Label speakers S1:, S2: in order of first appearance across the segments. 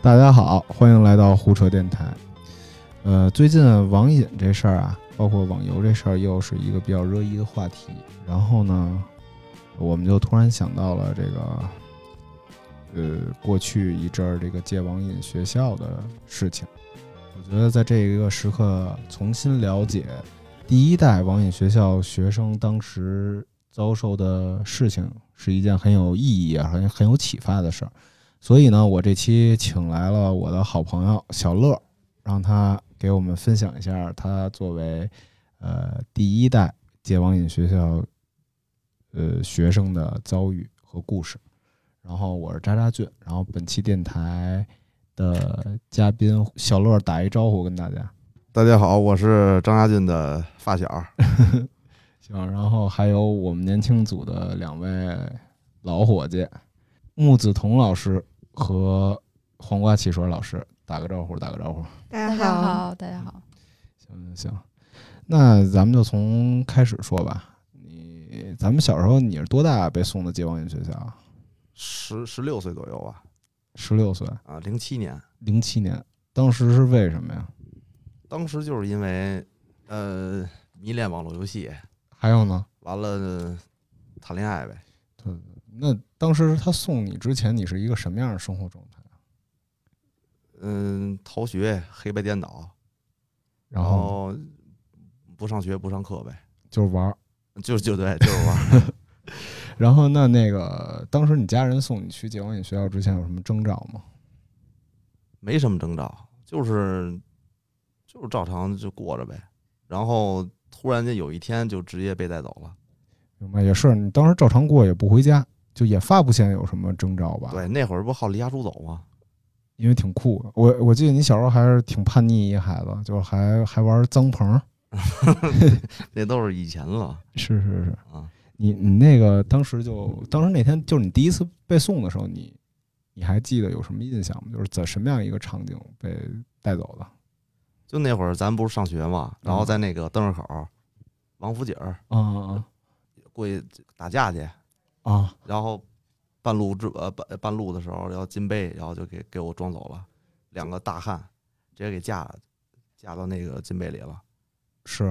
S1: 大家好，欢迎来到胡扯电台。呃，最近网瘾这事儿啊，包括网游这事儿，又是一个比较热议的话题。然后呢，我们就突然想到了这个，呃，过去一阵儿这个戒网瘾学校的事情。我觉得在这一个时刻，重新了解第一代网瘾学校学生当时遭受的事情，是一件很有意义啊，很很有启发的事儿。所以呢，我这期请来了我的好朋友小乐，让他给我们分享一下他作为呃第一代戒网瘾学校呃学生的遭遇和故事。然后我是渣渣俊，然后本期电台的嘉宾小乐打一招呼跟大家，
S2: 大家好，我是张家俊的发小，
S1: 行，然后还有我们年轻组的两位老伙计，木子彤老师和黄瓜汽水老师，打个招呼，打个招呼。
S3: 大
S4: 大
S3: 家
S4: 家
S3: 好，
S4: 好，大家好。
S1: 行嗯行，那咱们就从开始说吧。你咱们小时候你是多大被送的戒网瘾学校啊？
S2: 十十六岁左右吧，
S1: 十六岁，
S2: 啊，零七年，
S1: 零七年，当时是为什么呀？
S2: 当时就是因为呃迷恋网络游戏，
S1: 还有呢？
S2: 完了谈恋爱呗，
S1: 那当时他送你之前，你是一个什么样的生活状态？
S2: 嗯，逃学，黑白颠倒，
S1: 然
S2: 然
S1: 后
S2: 后不上学不上课呗，
S1: 就是玩儿，
S2: 就就对，就是玩儿。
S1: 然后那那个当时你家人送你去戒网瘾学校之前有什么征兆吗？
S2: 没什么征兆，就是就是照常就过着呗。然后突然间有一天就直接被带走了，
S1: 明白，也是你当时照常过，也不回家，就也发不现有什么征兆吧？，
S2: 对，那会儿不好离家出走吗？
S1: 因为挺酷的。我我记得你小时候还是挺叛逆一孩子，就是还还玩脏棚。
S2: 那都是以前了
S1: 是是是，
S2: 啊。
S1: 你你那个当时就当时那天就是你第一次被送的时候，你你还记得有什么印象吗？就是在什么样一个场景被带走的？
S2: 就那会儿咱不是上学嘛，然后在那个灯市口儿王府井儿
S1: 啊
S2: 过去打架去，
S1: 啊啊！
S2: 然后半路之呃半半路的时候要金杯，然后就给给我装走了，两个大汉直接给架架到那个金杯里了。
S1: 是，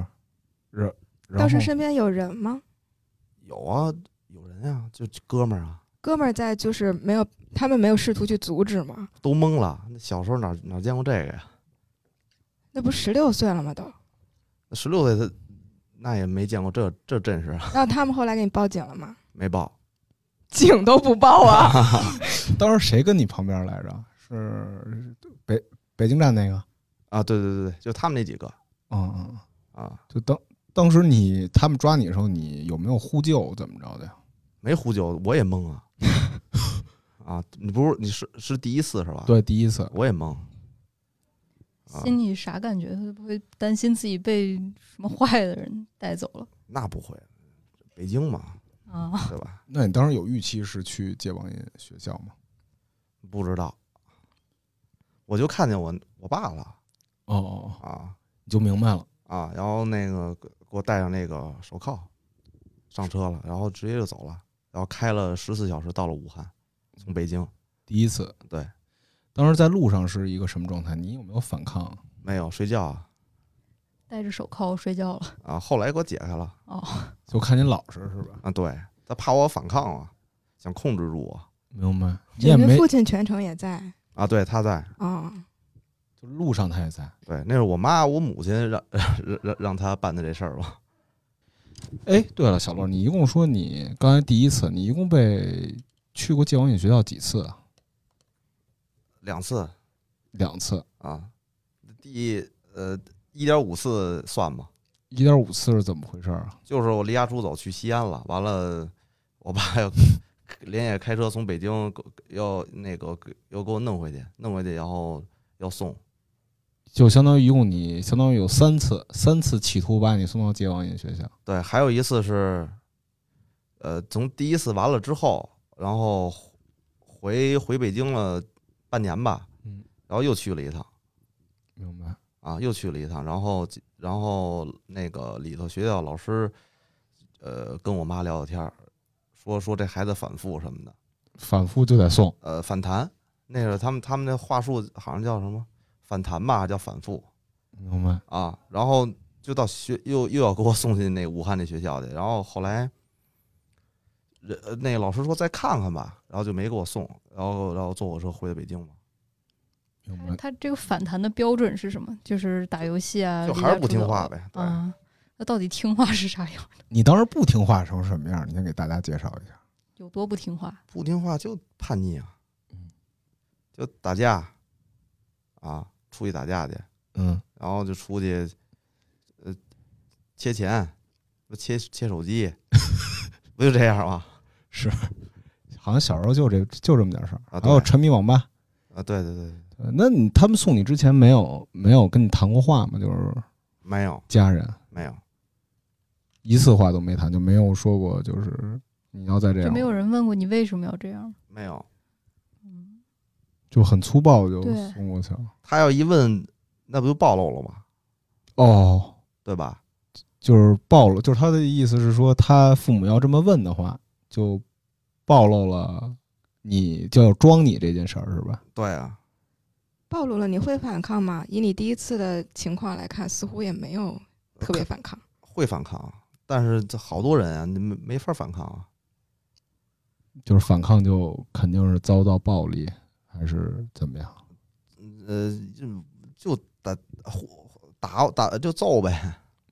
S1: 然然
S3: 当时
S1: 后
S3: 身边有人吗？
S2: 有啊，有人啊，就哥们儿啊，
S3: 哥们儿在，就是没有，他们没有试图去阻止吗？
S2: 都懵了。那小时候哪哪见过这个呀？
S3: 那不十六岁了吗？都，
S2: 那十六岁他那也没见过这这阵势，啊，
S3: 那他们后来给你报警了吗？
S2: 没报。
S3: 警都不报 啊！
S1: 当时谁跟你旁边来着？是北北京站那个？
S2: 啊，对对对对，就他们那几个
S1: 嗯嗯。嗯
S2: 啊，
S1: 就当当时你他们抓你的时候，你有没有呼救？怎么着的呀？
S2: 没呼救，我也懵啊。啊，你不是你是是第一次是吧？
S1: 对，第一次
S2: 我也懵，啊
S4: 心里啥感觉？会不会担心自己被什么坏的人带走了
S2: 那不会，北京嘛，
S4: 啊？
S2: 对吧？
S1: 那你当时有预期是去戒网瘾学校吗？
S2: 不知道，我就看见我我爸了
S1: 哦，
S2: 啊
S1: 你就明白了。
S2: 啊，然后那个给我戴上那个手铐，上车了，然后直接就走了，然后开了十四小时到了武汉，从北京
S1: 第一次，
S2: 对，
S1: 当时在路上是一个什么状态？你有没有反抗？
S2: 没有睡觉啊
S4: 戴着手铐睡觉了。
S2: 啊，后来给我解开了
S4: 哦，
S1: 就看你老实是吧？
S2: 啊，对他怕我反抗啊，想控制住我
S1: 明白。你
S3: 你
S1: 也
S3: 们
S1: 没
S3: 父亲全程也在
S2: 啊，对他在，
S3: 哦，
S1: 就路上他也在。
S2: 对，那是我妈我母亲让 让让让他办的这事儿吧，
S1: 哎，对了，小乐，你一共说你刚才第一次，你一共被去过戒网瘾学校几次啊？
S2: 两次
S1: 两次，
S2: 啊，第呃一点五次算吧。
S1: 一点五次是怎么回事啊？
S2: 就是我离家出走去西安了，完了，我爸要 连夜开车从北京给要那个给要给我弄回去，弄回去然后要送，
S1: 就相当于一共你相当于有三次，三次企图把你送到戒网瘾学校。
S2: 对，还有一次是，呃，从第一次完了之后，然后回回北京了半年吧，
S1: 嗯，
S2: 然后又去了一趟
S1: 明白。
S2: 啊，又去了一趟，然后然后那个里头学校老师，呃，跟我妈聊聊天儿，说说这孩子反复什么的，
S1: 反复就得送，
S2: 呃，反弹那个他们他们那话术好像叫什么反弹吧，还叫反复
S1: 明白？
S2: 啊，然后就到学又又要给我送进那武汉那学校去，然后后来人呃那个老师说再看看吧，然后就没给我送，然后然后坐火车回的北京嘛，
S1: 明
S2: 嗯
S1: 白。
S4: 他这个反弹的标准是什么？就是打游戏啊，
S2: 就
S4: 离
S2: 还是
S4: 家
S2: 不
S4: 出
S2: 听
S4: 走
S2: 话呗对
S4: 啊，那到底听话是啥样？
S1: 你当时不听话成什么样？你先给大家介绍一下。
S4: 有多不听话？
S2: 不听话就叛逆啊
S1: 嗯，
S2: 就打架啊，出去打架去，
S1: 嗯，
S2: 然后就出去，呃，切钱，切切手机，不就这样吗？
S1: 好像小时候就这就这么点事儿。
S2: 啊
S1: 还有
S2: 对
S1: 沉迷网吧。
S2: 啊，对对对，
S1: 呃那你他们送你之前没有没有跟你谈过话吗？就是
S2: 没有
S1: 家人
S2: 没有，
S1: 一次话都没谈，就没有说过就是你要再这
S2: 啊
S4: 就
S1: 样，
S4: 没有人问过你为什么要这样？
S2: 没有。
S4: 嗯，
S1: 就很粗暴就
S4: 对
S1: 送过去了。
S2: 他要一问，那不就暴露了吗？
S1: 哦，
S2: 对吧？
S1: 就是暴露，就是他的意思是说，他父母要这么问的话，就暴露了你就要装你这件事儿，是吧？
S2: 对啊，
S3: 暴露了，你会反抗吗？以你第一次的情况来看，似乎也没有特别反抗。
S2: 会反抗，但是这好多人啊，你没没法反抗啊。
S1: 就是反抗就肯定是遭到暴力，还是怎么样？
S2: 呃，就就打打打就揍呗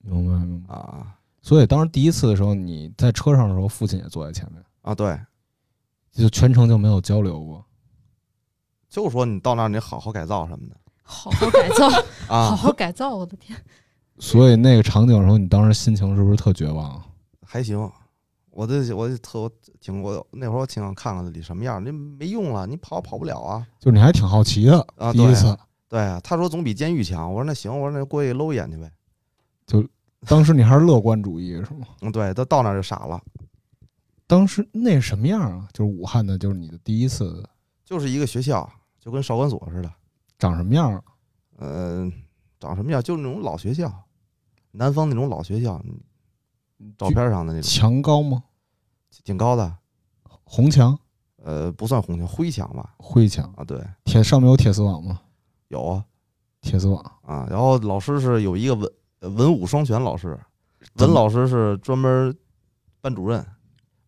S1: 明白明白。
S2: 啊
S1: 所以当时第一次的时候，你在车上的时候，父亲也坐在前面，
S2: 啊！对，
S1: 就全程就没有交流过。
S2: 就说你到那儿你好好改造什么的
S4: 好好改 造，好
S2: 啊，
S4: 好改造，我的 天，
S1: 所以那个场景的时候，你当时心情是不是特绝望？
S2: 还行。我这我这特我挺我那会儿我挺想看看他里什么样，那没用了，你跑跑不了啊。
S1: 就是你还挺好奇的，
S2: 啊
S1: 第一
S2: 对
S1: 次。
S2: 对啊，他说总比监狱强，我说那行，我说那过去搂一眼去呗。
S1: 当时你还是乐观主义是吗？
S2: 嗯，对，他到那儿就傻了，
S1: 当时那是什么样啊？就是武汉的，就是你的第一次
S2: 就是一个学校，就跟少管所似的。
S1: 长什么样啊？
S2: 呃，长什么样？就是那种老学校，南方那种老学校，嗯照片上的那种，
S1: 墙高吗？
S2: 挺高的，
S1: 红墙、
S2: 呃，不算红墙，灰墙吧？
S1: 灰墙，
S2: 啊，对，
S1: 铁上面有铁丝网吗？
S2: 有啊，
S1: 铁丝网，
S2: 啊，然后老师是有一个文呃文武双全老师，
S1: 怎
S2: 文
S1: 么
S2: 老师是专门班主任，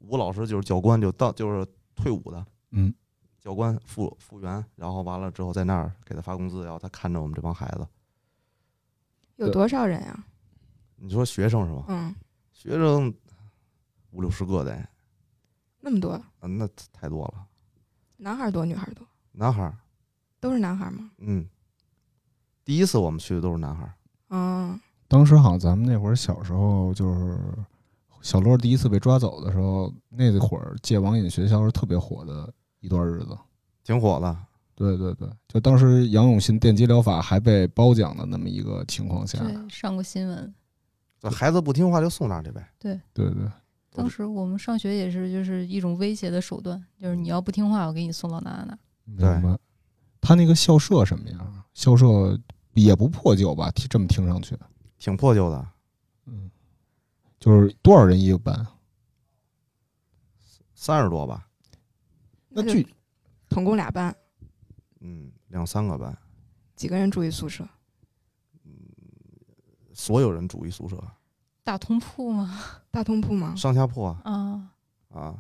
S2: 武老师就是教官，就当就是退伍的
S1: 嗯，
S2: 教官复复员，然后完了之后在那儿给他发工资，然后他看着我们这帮孩子。
S3: 有多少人呀、
S2: 你说学生是吧？
S3: 嗯，
S2: 学生五六十个得，
S3: 那么多，
S2: 嗯，那太多了。
S3: 男孩儿多，女孩儿多，
S2: 男孩儿，
S3: 都是男孩儿吗？
S2: 嗯，第一次我们去的都是男孩儿，
S3: 嗯，
S1: 当时好像咱们那会儿小时候，就是小乐第一次被抓走的时候，那会儿戒网瘾学校是特别火的一段日子。
S2: 挺火的。
S1: 对对对，就当时杨永信电击疗法还被褒奖的那么一个情况
S2: 啊
S1: 下，
S4: 对，上过新闻。
S2: 这孩子不听话就送那儿去呗。
S1: 对对，
S2: 我
S4: 当时我们上学也是，就是一种威胁的手段，就是你要不听话，我给你送到哪哪哪。
S1: 明白。他那个校舍什么样啊？校舍也不破旧吧？听这么听上去，
S2: 挺破旧的，
S1: 嗯，就是多少人一个班？
S2: 三十多吧，
S1: 那
S3: 就
S1: 具
S3: 统共俩班，
S2: 嗯，两三个班，
S3: 几个人住一宿舍？
S2: 所有人住一宿舍，
S4: 大通铺吗？
S3: 大通铺吗？
S2: 上下铺啊
S4: 啊，
S2: 啊，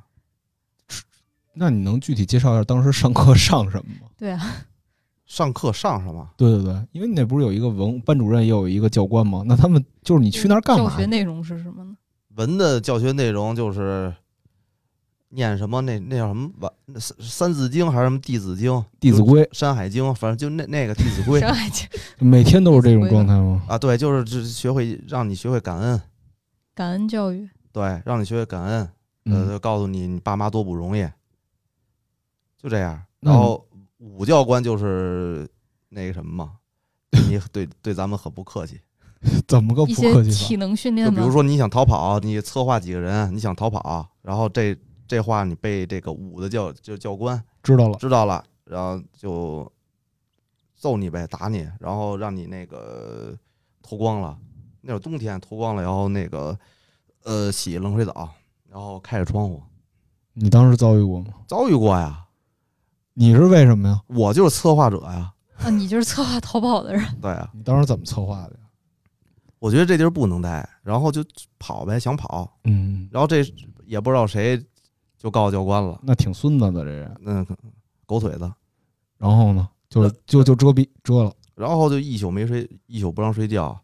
S1: 那你能具体介绍一下当时上课上什么吗？
S4: 对啊，
S2: 上课上什么？
S1: 对对对，因为你那不是有一个文班主任，也有一个教官吗？那他们就是你去那儿干
S4: 教
S1: 嘛
S4: 学？内容是什么呢？
S2: 文的教学内容就是念什么那那叫什么完那三三字经还是什么弟子经、
S1: 弟子规
S2: 山海经，反正就那那个弟子规
S4: 上海经
S1: 每天都是这种状态吗？
S2: 啊，对，就是这学会让你学会感恩，
S4: 感恩教育，
S2: 对，让你学会感恩，呃，
S1: 嗯，
S2: 就告诉你你爸妈多不容易，就这样。
S1: 那
S2: 然
S1: 你
S2: 后武教官就是那个什么嘛，对你对对咱们很不客气。
S1: 嗯怎么个
S4: 一
S1: 哦不
S4: 些
S1: 客气
S4: 体
S1: 法？
S4: 能训
S2: 就
S4: 练
S2: 比
S4: 吗
S2: 如？说你想逃跑，你策划几个人，你想逃跑，然后这这话你被这个武的教就教官
S1: 知道了，
S2: 知道了，然后就揍你呗，打你，然后让你那个脱光了。那会儿冬天脱光了，然后那个呃洗冷水澡，然后开着窗户，
S1: 你当时遭遇过吗？
S2: 遭遇过呀。
S1: 你是为什么呀？
S2: 我就是策划者呀，
S4: 啊，你就是策划淘宝的人，
S2: 对啊，
S1: 你当时怎么策划的呀？
S2: 我觉得这地儿不能待，然后就跑呗，想跑，
S1: 嗯，
S2: 然后这也不知道谁就告教官了，
S1: 那挺孙子的这人。
S2: 嗯，狗腿子，
S1: 然后呢，就
S2: 呃
S1: 就就遮蔽遮了。
S2: 然后就一宿没睡，一宿不让睡觉，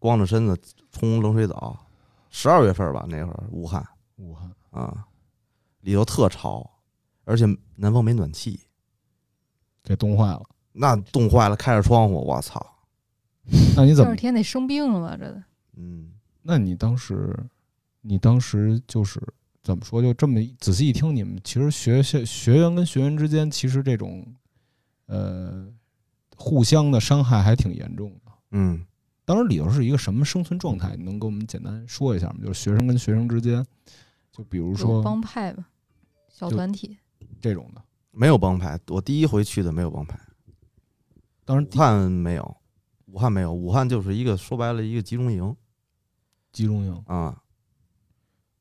S2: 光着身子冲冷水澡，十二月份吧那会儿武汉
S1: 武汉
S2: 啊、里头特潮，而且南方没暖气，
S1: 给冻坏了，
S2: 那冻坏了，开着窗户，我操，
S1: 那你
S4: 第
S1: 怎么
S4: 二？天得生病了吧？这得
S2: 嗯，
S1: 那你当时，你当时就是怎么说？就这么一仔细一听，你们其实学学学员跟学员之间，其实这种呃互相的伤害还挺严重的。
S2: 嗯，
S1: 当时里头是一个什么生存状态？你能给我们简单说一下吗？就是学生跟学生之间，就比如
S4: 有
S1: 说
S4: 帮派吧，小
S1: 就
S4: 团体，
S1: 这种的。
S2: 没有帮派，我第一回去的没有帮派，
S1: 当时
S2: 武汉没有，武汉没有，武汉就是一个说白了一个集中营
S1: 集中营，
S2: 啊、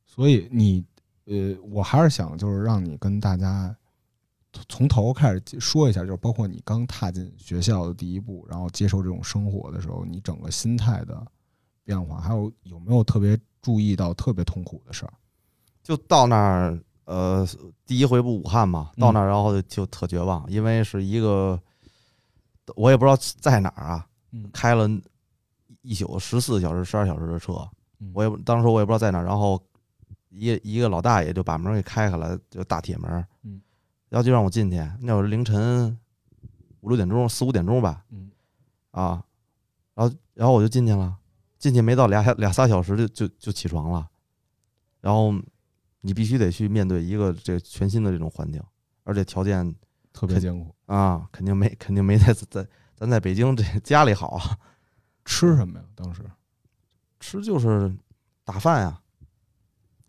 S1: 所以你呃，我还是想就是让你跟大家从从头开始说一下，就是包括你刚踏进学校的第一步，然后接受这种生活的时候，你整个心态的变化，还有有没有特别注意到特别痛苦的事儿？
S2: 就到那儿，呃，第一回不武汉嘛，
S1: 嗯
S2: 到那儿然后就特绝望，因为是一个我也不知道在哪儿啊，
S1: 嗯
S2: 开了一宿十四小时、十二小时的车
S1: 嗯，
S2: 我也不当时我也不知道在哪儿，然后一个一个老大爷就把门给开开了，就大铁门，
S1: 嗯，
S2: 然后就让我进去，那会儿凌晨五六点钟、四五点钟吧，
S1: 嗯，
S2: 啊，然后然后我就进去了，进去没到俩俩仨小时就就就起床了，然后你必须得去面对一个这全新的这种环境，而且条件
S1: 特别艰苦。
S2: 啊，肯定没肯定没在在咱在北京这家里好啊，
S1: 吃什么呀？当时
S2: 吃就是打饭呀、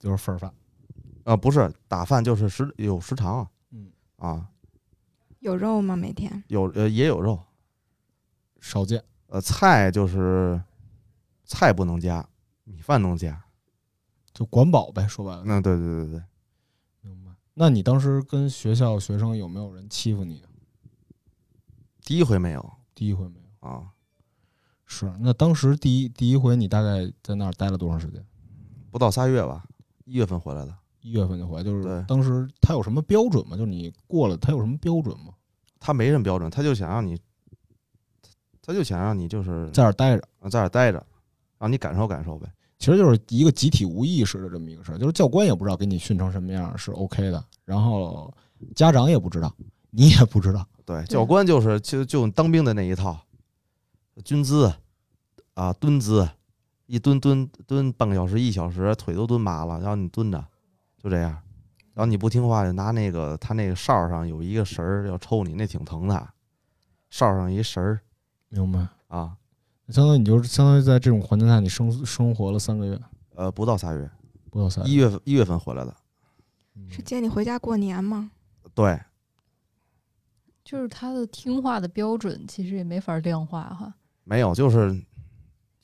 S1: 就是份儿饭。
S2: 啊，不是打饭就是食有食堂啊，
S1: 嗯，
S2: 啊
S3: 有肉吗？每天
S2: 有呃也有肉，
S1: 少见，
S2: 呃菜就是菜不能加，米饭能加，
S1: 就管饱呗。说白了，
S2: 那对对对对，
S1: 明白。那你当时跟学校学生有没有人欺负你？
S2: 第一回没有
S1: 第一回没有。
S2: 啊，
S1: 是，那当时第一第一回你大概在那儿待了多长时间？
S2: 不到仨月吧，一月份回来的。
S1: 一月份就回来，就是
S2: 对
S1: 当时他有什么标准吗？就是你过了，他有什么标准吗？
S2: 他没什么标准，他就想让你，他就想让你就是
S1: 在这儿待着，
S2: 呃在这儿待着，让你感受感受呗。
S1: 其实就是一个集体无意识的这么一个事儿，就是教官也不知道给你训成什么样是 OK 的，然后家长也不知道，你也不知道，
S2: 对，教官就是就就当兵的那一套，军姿啊，蹲姿，一蹲蹲蹲半个小时一小时，腿都蹲麻了，然后你蹲着，就这样。然后你不听话，就拿那个他那个哨上有一个绳儿要抽你，那挺疼的。哨上一绳儿
S1: 明白？
S2: 啊，
S1: 相当于你就是相当于在这种环境下你生生活了三个月，
S2: 呃，不到仨月，
S1: 不到三个
S2: 一
S1: 月，
S2: 月份一月份回来的。
S1: 嗯
S3: 是接你回家过年吗？
S2: 对，
S4: 就是他的听话的标准，其实也没法量化 哈。
S2: 没有，就是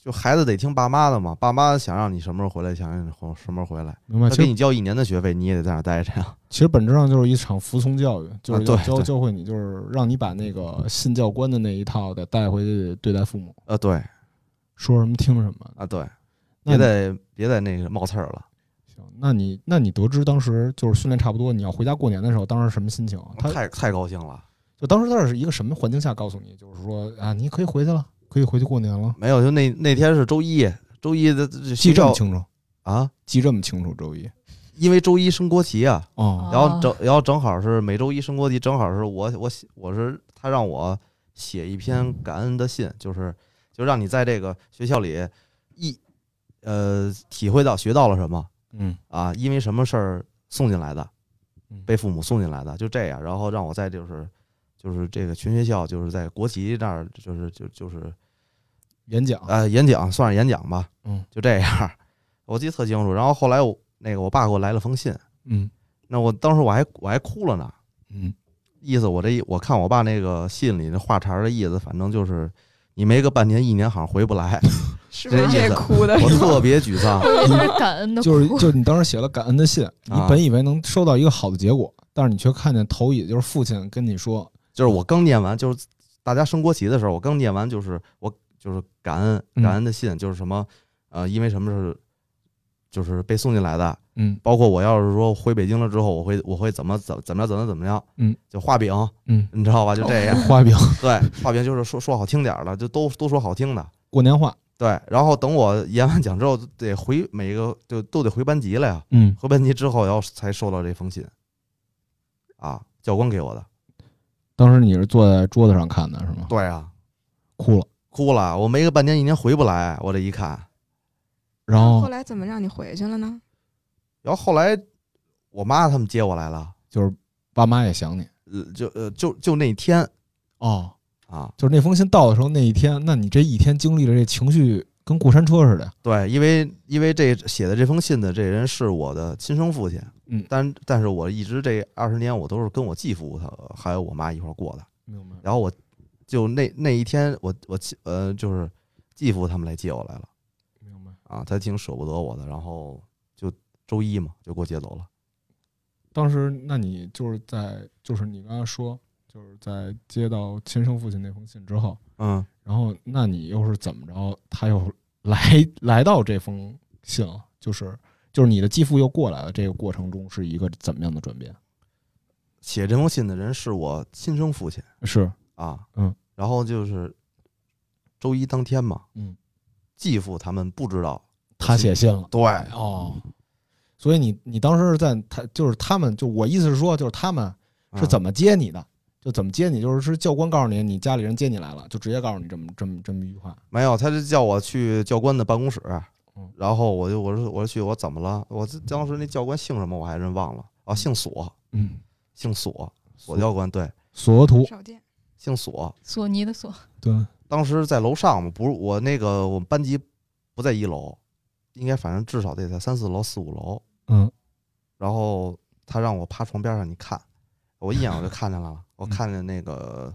S2: 就孩子得听爸妈的嘛，爸妈想让你什么时候回来，想让你回什么时候回来，
S1: 明白？
S2: 他
S1: 其
S2: 给
S1: 实
S2: 你交一年的学费，你也得在那儿待着 呀。
S1: 其实本质上就是一场服从教育，就是
S2: 啊
S1: 要
S2: 对
S1: 教
S2: 对
S1: 教会你，就是让你把那个信教官的那一套得带回去对待父母，
S2: 啊，对
S1: 说什么听什么。
S2: 啊，对，
S1: 那
S2: 别
S1: 你
S2: 再别再那个冒刺儿了。
S1: 行，那你那你得知当时就是训练差不多，你要回家过年的时候，当时什么心情啊？他
S2: 太太高兴了，
S1: 就当时他是一个什么环境下告诉你，就是说啊，你可以回去了，可以回去过年了，
S2: 没有，就那那天是周一，周一的这
S1: 记
S2: 学
S1: 这么
S2: 校
S1: 清楚，
S2: 啊，
S1: 记这么清楚，周一
S2: 因为周一升国旗啊，
S1: 哦，
S2: 然后
S4: 哦
S2: 正然后正好是每周一升国旗，正好是我我写我是他让我写一篇感恩的信，就是就让你在这个学校里一呃体会到学到了什么。
S1: 嗯，
S2: 啊，因为什么事儿送进来的
S1: 嗯，
S2: 被父母送进来的，就这样，然后让我在就是就是这个全学校就是在国旗那儿就是就就是
S1: 演讲，
S2: 呃演讲算是演讲吧，
S1: 啊嗯，
S2: 就这样，我记得特清楚。然后后来我那个我爸给我来了封信，
S1: 嗯
S2: 那我当时我还我还哭了呢，
S1: 嗯，
S2: 意思我这我看我爸那个信里那话茬儿的意思，反正就是你没个半年一年好像回不来，
S3: 是
S2: 这
S3: 吧？
S2: 意
S3: 这
S2: 思
S3: 哭的，
S2: 我特别沮丧。
S4: 有点感恩的哭，
S1: 就是就是你当时写了感恩的信，你
S2: 啊
S1: 本以为能收到一个好的结果，但是你却看见投影就是父亲跟你说，
S2: 就是我刚念完，就是大家升国旗的时候，我刚念完，就是我就是感恩
S1: 嗯
S2: 感恩的信，就是什么呃，因为什么是就是被送进来的，
S1: 嗯
S2: 包括我要是说回北京了之后，我会我会怎么怎么怎么着怎么怎么样，
S1: 嗯，
S2: 就画饼，
S1: 嗯，
S2: 你知道吧？就这样，
S1: 画饼
S2: 对，画饼就是说说好听点儿了，就都都说好听的，
S1: 过年画，
S2: 对。然后等我演完讲之后，得回每一个就都得回班级了呀，
S1: 嗯，
S2: 回班级之后，然后才收到这封信，啊，教官给我的，
S1: 当时你是坐在桌子上看的是吗？
S2: 对啊，
S1: 哭了，
S2: 哭了，我没个半年一年回不来，我这一看，
S1: 然后
S3: 后来怎么让你回去了呢？
S2: 然后后来我妈他们接我来了，
S1: 就是爸妈也想你
S2: 呃，就呃就就那天
S1: 哦，
S2: 啊，
S1: 就是那封信到的时候那一天，那你这一天经历了这情绪跟过山车似的，
S2: 对，因为因为这写的这封信的这人是我的亲生父亲，
S1: 嗯
S2: 但但是我一直这二十年我都是跟我继父他还有我妈一块儿过的，
S1: 明白？
S2: 然后我就那那一天我我继呃就是继父他们来接我来了
S1: 明白。
S2: 啊，他挺舍不得我的，然后就周一嘛就给我接走了，
S1: 当时，那你就是在，就是你刚刚说，就是在接到亲生父亲那封信之后，
S2: 嗯，
S1: 然后那你又是怎么着？他又来来到这封信了，就是就是你的继父又过来了，这个过程中是一个怎么样的转变？
S2: 写这封信的人是我亲生父亲。
S1: 是，
S2: 啊，
S1: 嗯，
S2: 然后就是周一当天嘛，
S1: 嗯，
S2: 继父他们不知道，啊
S1: 他写信了，
S2: 对
S1: 哦。所以你你当时是在他就是他们就我意思是说就是他们是怎
S2: 么
S1: 么接你的，就怎么接你，就是是教官告诉你你家里人接你来了，就直接告诉你这么这么这么一句话。
S2: 没有？他就叫我去教官的办公室
S1: 嗯，
S2: 然后我就我说我说去我怎么了？我这当时那教官姓什么我还真忘了啊，姓索，
S1: 嗯，
S2: 姓索，索教官对，
S1: 索图
S3: 少见，
S2: 姓索。
S4: 索尼的索，
S1: 对，
S2: 当时在楼上嘛，不是我那个我们班级不在一楼，应该反正至少得在三四楼四五楼。
S1: 嗯
S2: 然后他让我趴床边上，你看，我一眼我就看见了，我看见那个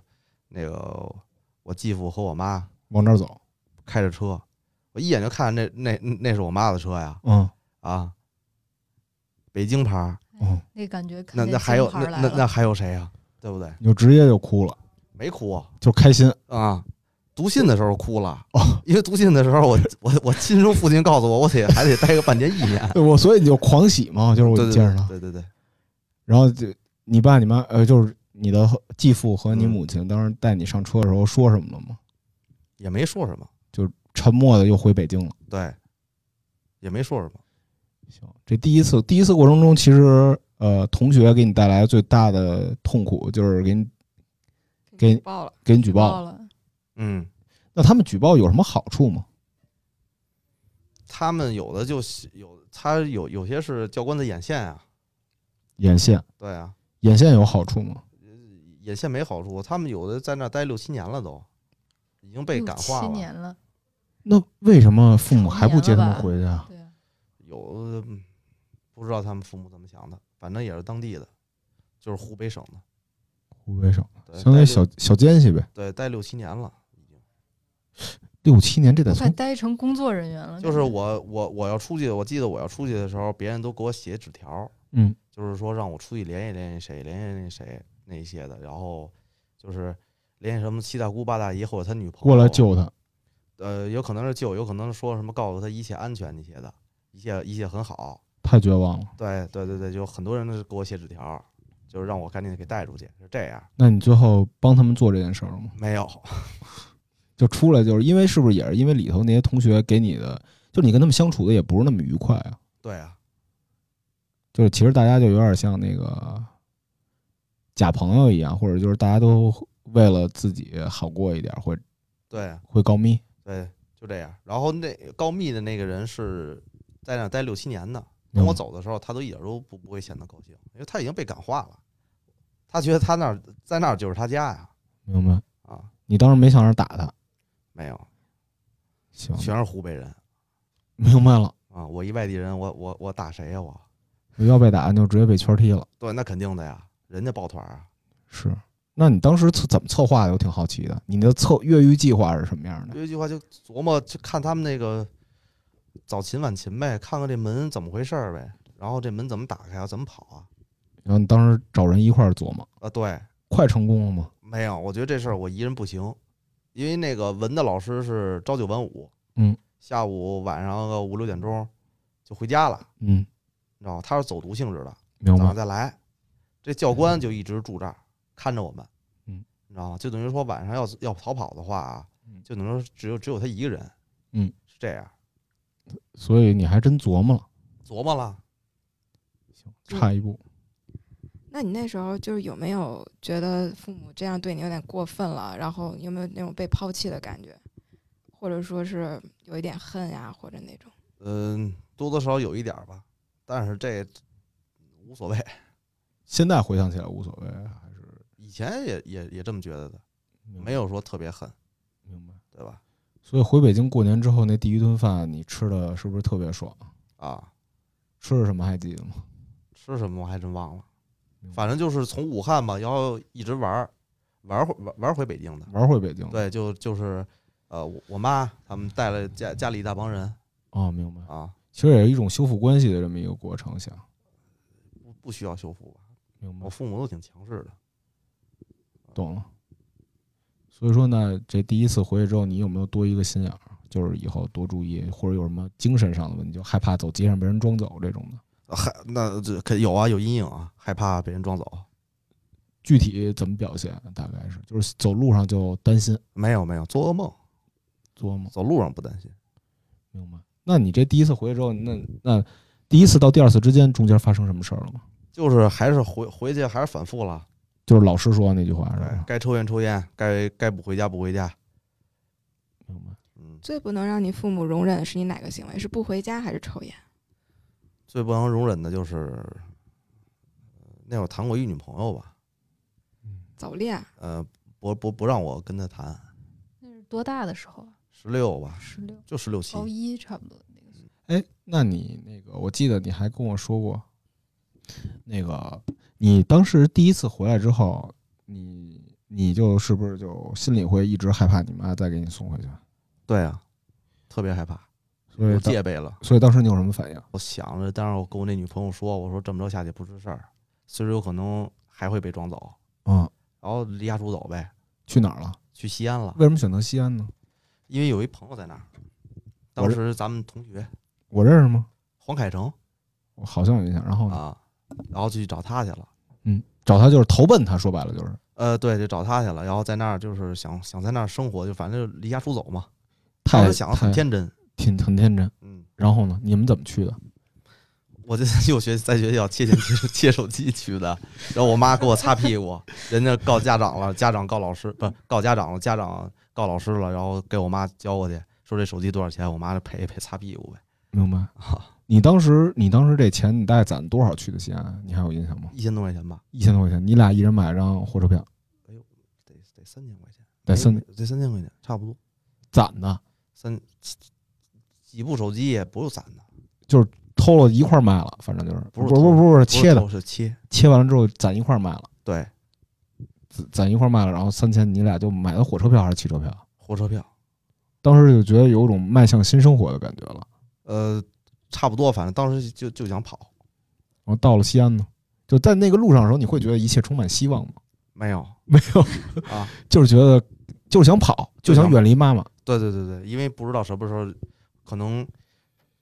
S2: 那个我继父和我妈
S1: 往这儿走，
S2: 开着车，我一眼就看见那那那是我妈的车呀
S1: 嗯
S2: 啊，北京牌儿，
S1: 嗯，
S4: 那感觉看
S2: 那
S4: 见
S2: 那还有
S4: 金牌
S2: 那
S4: 儿来
S2: 那
S4: 了
S2: 那还有谁呀、对不对？
S1: 你就直接就哭了，
S2: 没哭啊
S1: 就开心，
S2: 啊，读信的时候哭了，因为读信的时候我我我亲生父亲告诉我，我得还得待个半年一年
S1: 对我，所以你就狂喜嘛，就是 我
S2: 哎对对
S1: 见着
S2: 对
S1: 他，
S2: 对对对，
S1: 然后就你爸你妈呃，就是你的继父和你母亲当时带你上车的时候说什么了吗？
S2: 也没说什么，
S1: 沉默的又回北京了。
S2: 对，也没说什么。
S1: 行，这第一次第一次过程中，其实呃，同学给你带来最大的痛苦就是给你给
S3: 举报了，
S1: 给你举
S4: 报
S1: 报。
S4: 了，
S2: 嗯，
S1: 那他们举报有什么好处吗？
S2: 他们有的就是有他有有些是教官的眼线啊，
S1: 眼线，
S2: 对啊，
S1: 眼线有好处吗？
S2: 眼线没好处，他们有的在那待六七年了都，已经被
S4: 六
S2: 感
S4: 七
S2: 化了。
S4: 年了，
S1: 那为什么父母还不接
S4: 成年
S1: 他
S4: 了吧
S1: 们回去啊？
S4: 对啊，
S2: 有的嗯不知道他们父母怎么想的，反正也是当地的，就是湖北省的，
S1: 湖北省
S2: 对
S1: 相当于
S2: 待
S1: 小
S2: 六
S1: 小奸细呗，
S2: 对待六七年了。
S1: 六七年这得
S4: 快
S1: 从
S4: 待成工作人员了，
S2: 就是
S4: 感觉
S2: 我我我要出去，我记得我要出去的时候，别人都给我写纸条，
S1: 嗯
S2: 就是说让我出去联系联系谁，联系联系谁那一些的，然后就是联系什么七大姑八大姨或者他女朋友
S1: 过来救他。
S2: 呃，有可能是救，有可能是说什么告诉他一切安全那些的，一切一切很好。
S1: 太绝望了。
S2: 对对对对，就很多人都是给我写纸条，就是让我赶紧给带出去，是这样。
S1: 那你最后帮他们做这件事儿了吗？
S2: 没有，
S1: 就出来就是因为是不是也是因为里头那些同学给你的，就你跟他们相处的也不是那么愉快啊。
S2: 对啊，
S1: 就是其实大家就有点像那个假朋友一样，或者就是大家都为了自己好过一点，会
S2: 对啊
S1: 会告密。
S2: 对，就这样。然后那高密的那个人是在那待六七年的，等
S1: 嗯
S2: 我走的时候，他都一点都不不会显得高兴，因为他已经被感化了，他觉得他那儿在那儿就是他家呀。
S1: 明白？
S2: 啊，
S1: 你当时没想着打他，
S2: 没有，
S1: 行，
S2: 全是湖北人
S1: 明白了。
S2: 啊，我一外地人，我我我打谁呀、我？
S1: 要被打你就直接被圈踢了，
S2: 对，那肯定的呀，人家抱团儿啊。
S1: 是。那你当时策怎么策划的？我挺好奇的。你的策越狱计划是什么样的？
S2: 有一句话就琢磨，就看他们那个早擒晚擒呗，看看这门怎么回事儿呗，然后这门怎么打开啊，怎么跑啊？
S1: 然后你当时找人一块儿琢磨，
S2: 啊，对，
S1: 快成功了吗？
S2: 没有，我觉得这事儿我一人不行，因为那个文的老师是朝九晚五，
S1: 嗯，
S2: 下午晚上个五六点钟就回家了，
S1: 嗯，
S2: 你知道吗？他是走读性质的，
S1: 明
S2: 早上
S1: 白。
S2: 再来。这教官就一直住这儿看着我们，
S1: 嗯，
S2: 你知道吗？就等于说晚上要要逃跑的话啊
S1: 嗯，
S2: 就等于说只有只有他一个人，
S1: 嗯，
S2: 是这样
S1: 所以你还真琢磨了，
S2: 琢磨了。
S3: 嗯
S1: 差一步。
S3: 那你那时候就是有没有觉得父母这样对你有点过分了？然后有没有那种被抛弃的感觉，或者说是有一点恨呀、或者那种？
S2: 嗯，多多少少有一点儿吧，但是这无所谓，
S1: 现在回想起来无所谓，还是
S2: 以前也也也这么觉得的，
S1: 明白
S2: 没有说特别恨，
S1: 明白。
S2: 对吧？
S1: 所以回北京过年之后，那第一顿饭你吃的是不是特别爽？
S2: 啊，
S1: 吃的什么还记得吗？
S2: 吃什么我还真忘了
S1: 明，白
S2: 反正就是从武汉吧，然后一直玩儿玩儿回玩玩儿回北京的。
S1: 玩回北京。
S2: 对，就就是呃，我我妈他们带了家家里一大帮人
S1: 哦，明白。
S2: 啊，
S1: 其实也是一种修复关系的这么一个过程，想
S2: 不不需要修复吧？
S1: 明白
S2: 我父母都挺强势的，
S1: 懂了。所以说呢，这第一次回去之后，你有没有多一个心眼儿？就是以后多注意，或者有什么精神上的问题，就害怕走街上被人装走这种的。
S2: 啊害、那这可有啊，有阴影啊，害怕被人装走。
S1: 具体怎么表现？大概是就是走路上就担心
S2: 没有没有，做噩梦，
S1: 琢磨，
S2: 走路上不担心。
S1: 明白？那你这第一次回去之后，那那第一次到第二次之间中间发生什么事儿了吗？
S2: 就是还是回回去还是反复了，
S1: 就是老师说的那句话是吧？
S2: 该抽烟抽烟，该该不回家不回家。
S1: 明白？
S2: 嗯，
S3: 最不能让你父母容忍的是你哪个行为？是不回家还是抽烟？
S2: 最不能容忍的就是呃那会儿谈过一女朋友吧，
S3: 早恋啊，
S2: 呃，不不不让我跟她谈，
S4: 那是多大的时候啊？
S2: 十六吧，
S4: 十六，
S2: 就十六七
S4: 高，一差不多那个时候。
S1: 哎，那你那个，我记得你还跟我说过，那个你当时第一次回来之后，你你就是不是就心里会一直害怕你妈再给你送回去？
S2: 对啊，特别害怕，
S1: 所以
S2: 我
S1: 当
S2: 戒备了。
S1: 所以当时你有什么反应？
S2: 我想着，当时我跟我那女朋友说，我说这么着下去不是事儿，随时有可能还会被装走，
S1: 嗯，
S2: 然后离家出走呗，
S1: 去哪儿了？
S2: 去西安了，
S1: 为什么选择西安呢？
S2: 因为有一朋友在那儿，
S1: 我
S2: 当
S1: 是
S2: 时咱们同学
S1: 我认识吗？
S2: 黄凯成
S1: 我好像有印象。然后呢？
S2: 啊，然后就去找他去了。
S1: 找他就是投奔他，说白了就是。
S2: 呃，对，就找他去了，然后在那儿就是想想在那儿生活，就反正就离家出走嘛。当
S1: 太
S2: 时想的很
S1: 太
S2: 天真，
S1: 挺很天真。
S2: 嗯，
S1: 然后呢？你们怎么去的？
S2: 我就又学在学校借钱借手借手机去的，然后我妈给我擦屁股，人家告家长了，家长告老师，不告家长了，家长告老师了，然后给我妈交过去，说这手机多少钱，我妈就赔一赔擦屁股呗，啊
S1: 明白？你当时你当时这钱你大概攒多少去的西安？你还有印象吗？
S2: 一千多块钱吧，
S1: 一千多块钱，你俩一人买张火车票，
S2: 得得三千块钱，
S1: 得三
S2: 哎得三千块钱，差不多
S1: 攒的，
S2: 三几几部手机也不用攒的，
S1: 偷了一块儿卖了，反正就是
S2: 不是
S1: 不是
S2: 偷
S1: 不是不是
S2: 不是
S1: 切的
S2: 偷，是切，
S1: 切完了之后攒一块儿卖了，
S2: 对，
S1: 攒攒一块儿卖了，然后三千你俩就买的火车票还是汽车票？
S2: 火车票。
S1: 当时就觉得有一种迈向新生活的感觉了。
S2: 呃，差不多，反正当时就就想跑，
S1: 然后到了西安呢，就在那个路上的时候，你会觉得一切充满希望吗？
S2: 没有
S1: 没有，
S2: 啊，
S1: 就是觉得就是想跑，就
S2: 就想
S1: 想远离妈妈。
S2: 对对对对，因为不知道什么时候，可能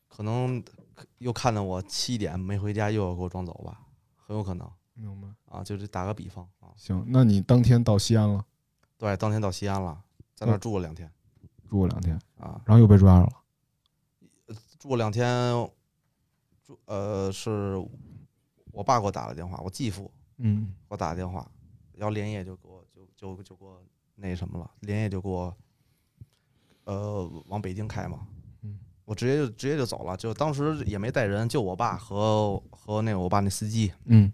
S2: 可能又看到我七点没回家，又要给我装走吧，很有可能
S1: 明白。
S2: 啊，就是打个比方啊，
S1: 行，那你当天到西安了，
S2: 对，当天到西安了，在那儿住了两天
S1: 住过两天，
S2: 啊，
S1: 然后又被抓着了。
S2: 住了两天，住呃是我爸给我打了电话，我继父
S1: 嗯，
S2: 给我打的电话，然后连夜就给我就就就给我那什么了，连夜就给我呃往北京开嘛。
S1: 嗯，
S2: 我直接就直接就走了，就当时也没带人，就我爸和和那个我爸那司机
S1: 嗯，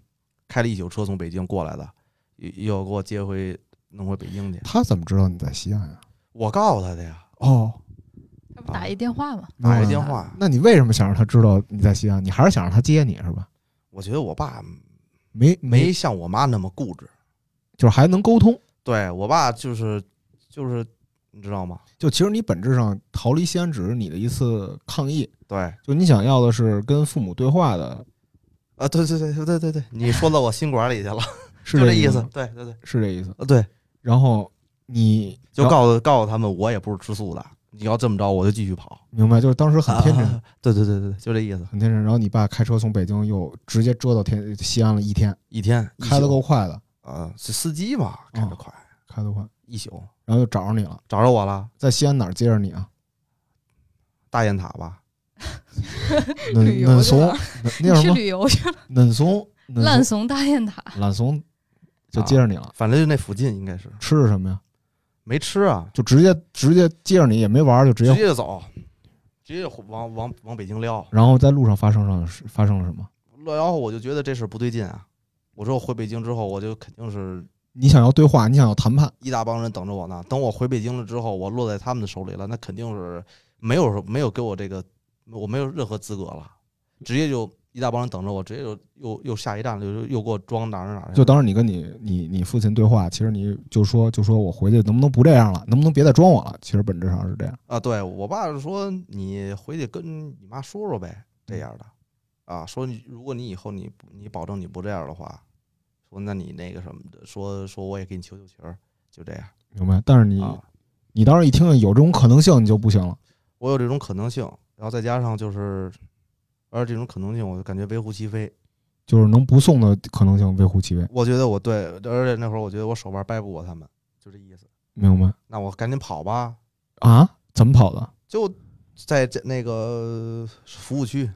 S2: 开了一宿车从北京过来的，又又给我接回弄回北京去。
S1: 他怎么知道你在西安啊呀、
S2: 我告诉他的呀，
S1: 哦，
S4: 他不打一电话嘛？
S1: 明白
S2: 打
S1: 了
S2: 一电话，
S1: 那你为什么想让他知道你在西安？你还是想让他接你是吧？
S2: 我觉得我爸
S1: 没
S2: 没像我妈那么固执，
S1: 就是还能沟通。
S2: 对我爸就是就是你知道吗？
S1: 就其实你本质上逃离西安只是你的一次抗议，
S2: 对，
S1: 就你想要的是跟父母对话的，
S2: 啊，对对对对对对对，你说到我心管里去了，
S1: 是
S2: 就这
S1: 意
S2: 意思
S1: 吗，
S2: 对对对，
S1: 是这意思。
S2: 啊对，
S1: 然后你
S2: 就
S1: 然后
S2: 告诉告诉他们我也不是吃素的，你要这么着我就继续跑，
S1: 明白，就是当时很天真，
S2: 啊对对对对，对就这意思，
S1: 很天真。然后你爸开车从北京又直接折到天西安了一天，
S2: 一天一
S1: 开得
S2: 宿
S1: 够快的，
S2: 啊，是司机嘛，开
S1: 嗯
S2: 得快，
S1: 开得快，
S2: 一宿
S1: 然后就找着你了，
S2: 找着我了，
S1: 在西安哪儿接着你 啊？
S2: 大雁塔吧，
S1: 嫩
S3: 旅游
S1: 嫩
S3: 去
S1: 怂
S3: 了，
S1: 嫩那叫什
S4: 去
S1: 么？
S4: 旅游去了，
S1: 嫩怂，嫩
S4: 烂
S1: 怂
S4: 怂大雁塔，
S1: 懒
S2: 啊
S1: 怂，就接着你了。
S2: 反正就那附近应该是
S1: 吃的什么呀？
S2: 没吃啊，
S1: 就直接直接接着你，也没玩儿，就直
S2: 直
S1: 接
S2: 接就走，直接就往往往北京撩，
S1: 然后在路上发生了发生了什么？
S2: 然后我就觉得这事儿不对劲啊，我说我回北京之后我就肯定是
S1: 你想要对话，你想要谈判，
S2: 一大帮人等着我呢。等我回北京了之后，我落在他们的手里了，那肯定是没有没有给我这个，我没有任何资格了，直接就一大帮人等着我，直接就又又下一站了，又又给我装哪儿哪儿去
S1: 就
S2: 了。
S1: 当时你跟你你你父亲对话，其实你就说就说我回去能不能不这样了，能不能别再装我了？其实本质上是这样。
S2: 啊，对我爸说你回去跟你妈说说呗，这样的啊，说你如果你以后你你保证你不这样的话，说那你那个什么的，说说我也给你求求情儿，就这样
S1: 明白？但是你、
S2: 啊。
S1: 你当时一听有这种可能性，你就不行了。
S2: 我有这种可能性，然后再加上就是，而这种可能性，我就感觉微乎其微。
S1: 就是能不送的可能性微乎其微，
S2: 我觉得我对，而且那会儿我觉得我手腕掰不过他们，就这意思。
S1: 明白？
S2: 那我赶紧跑吧，
S1: 啊？怎么跑的？
S2: 就在这那个服务区，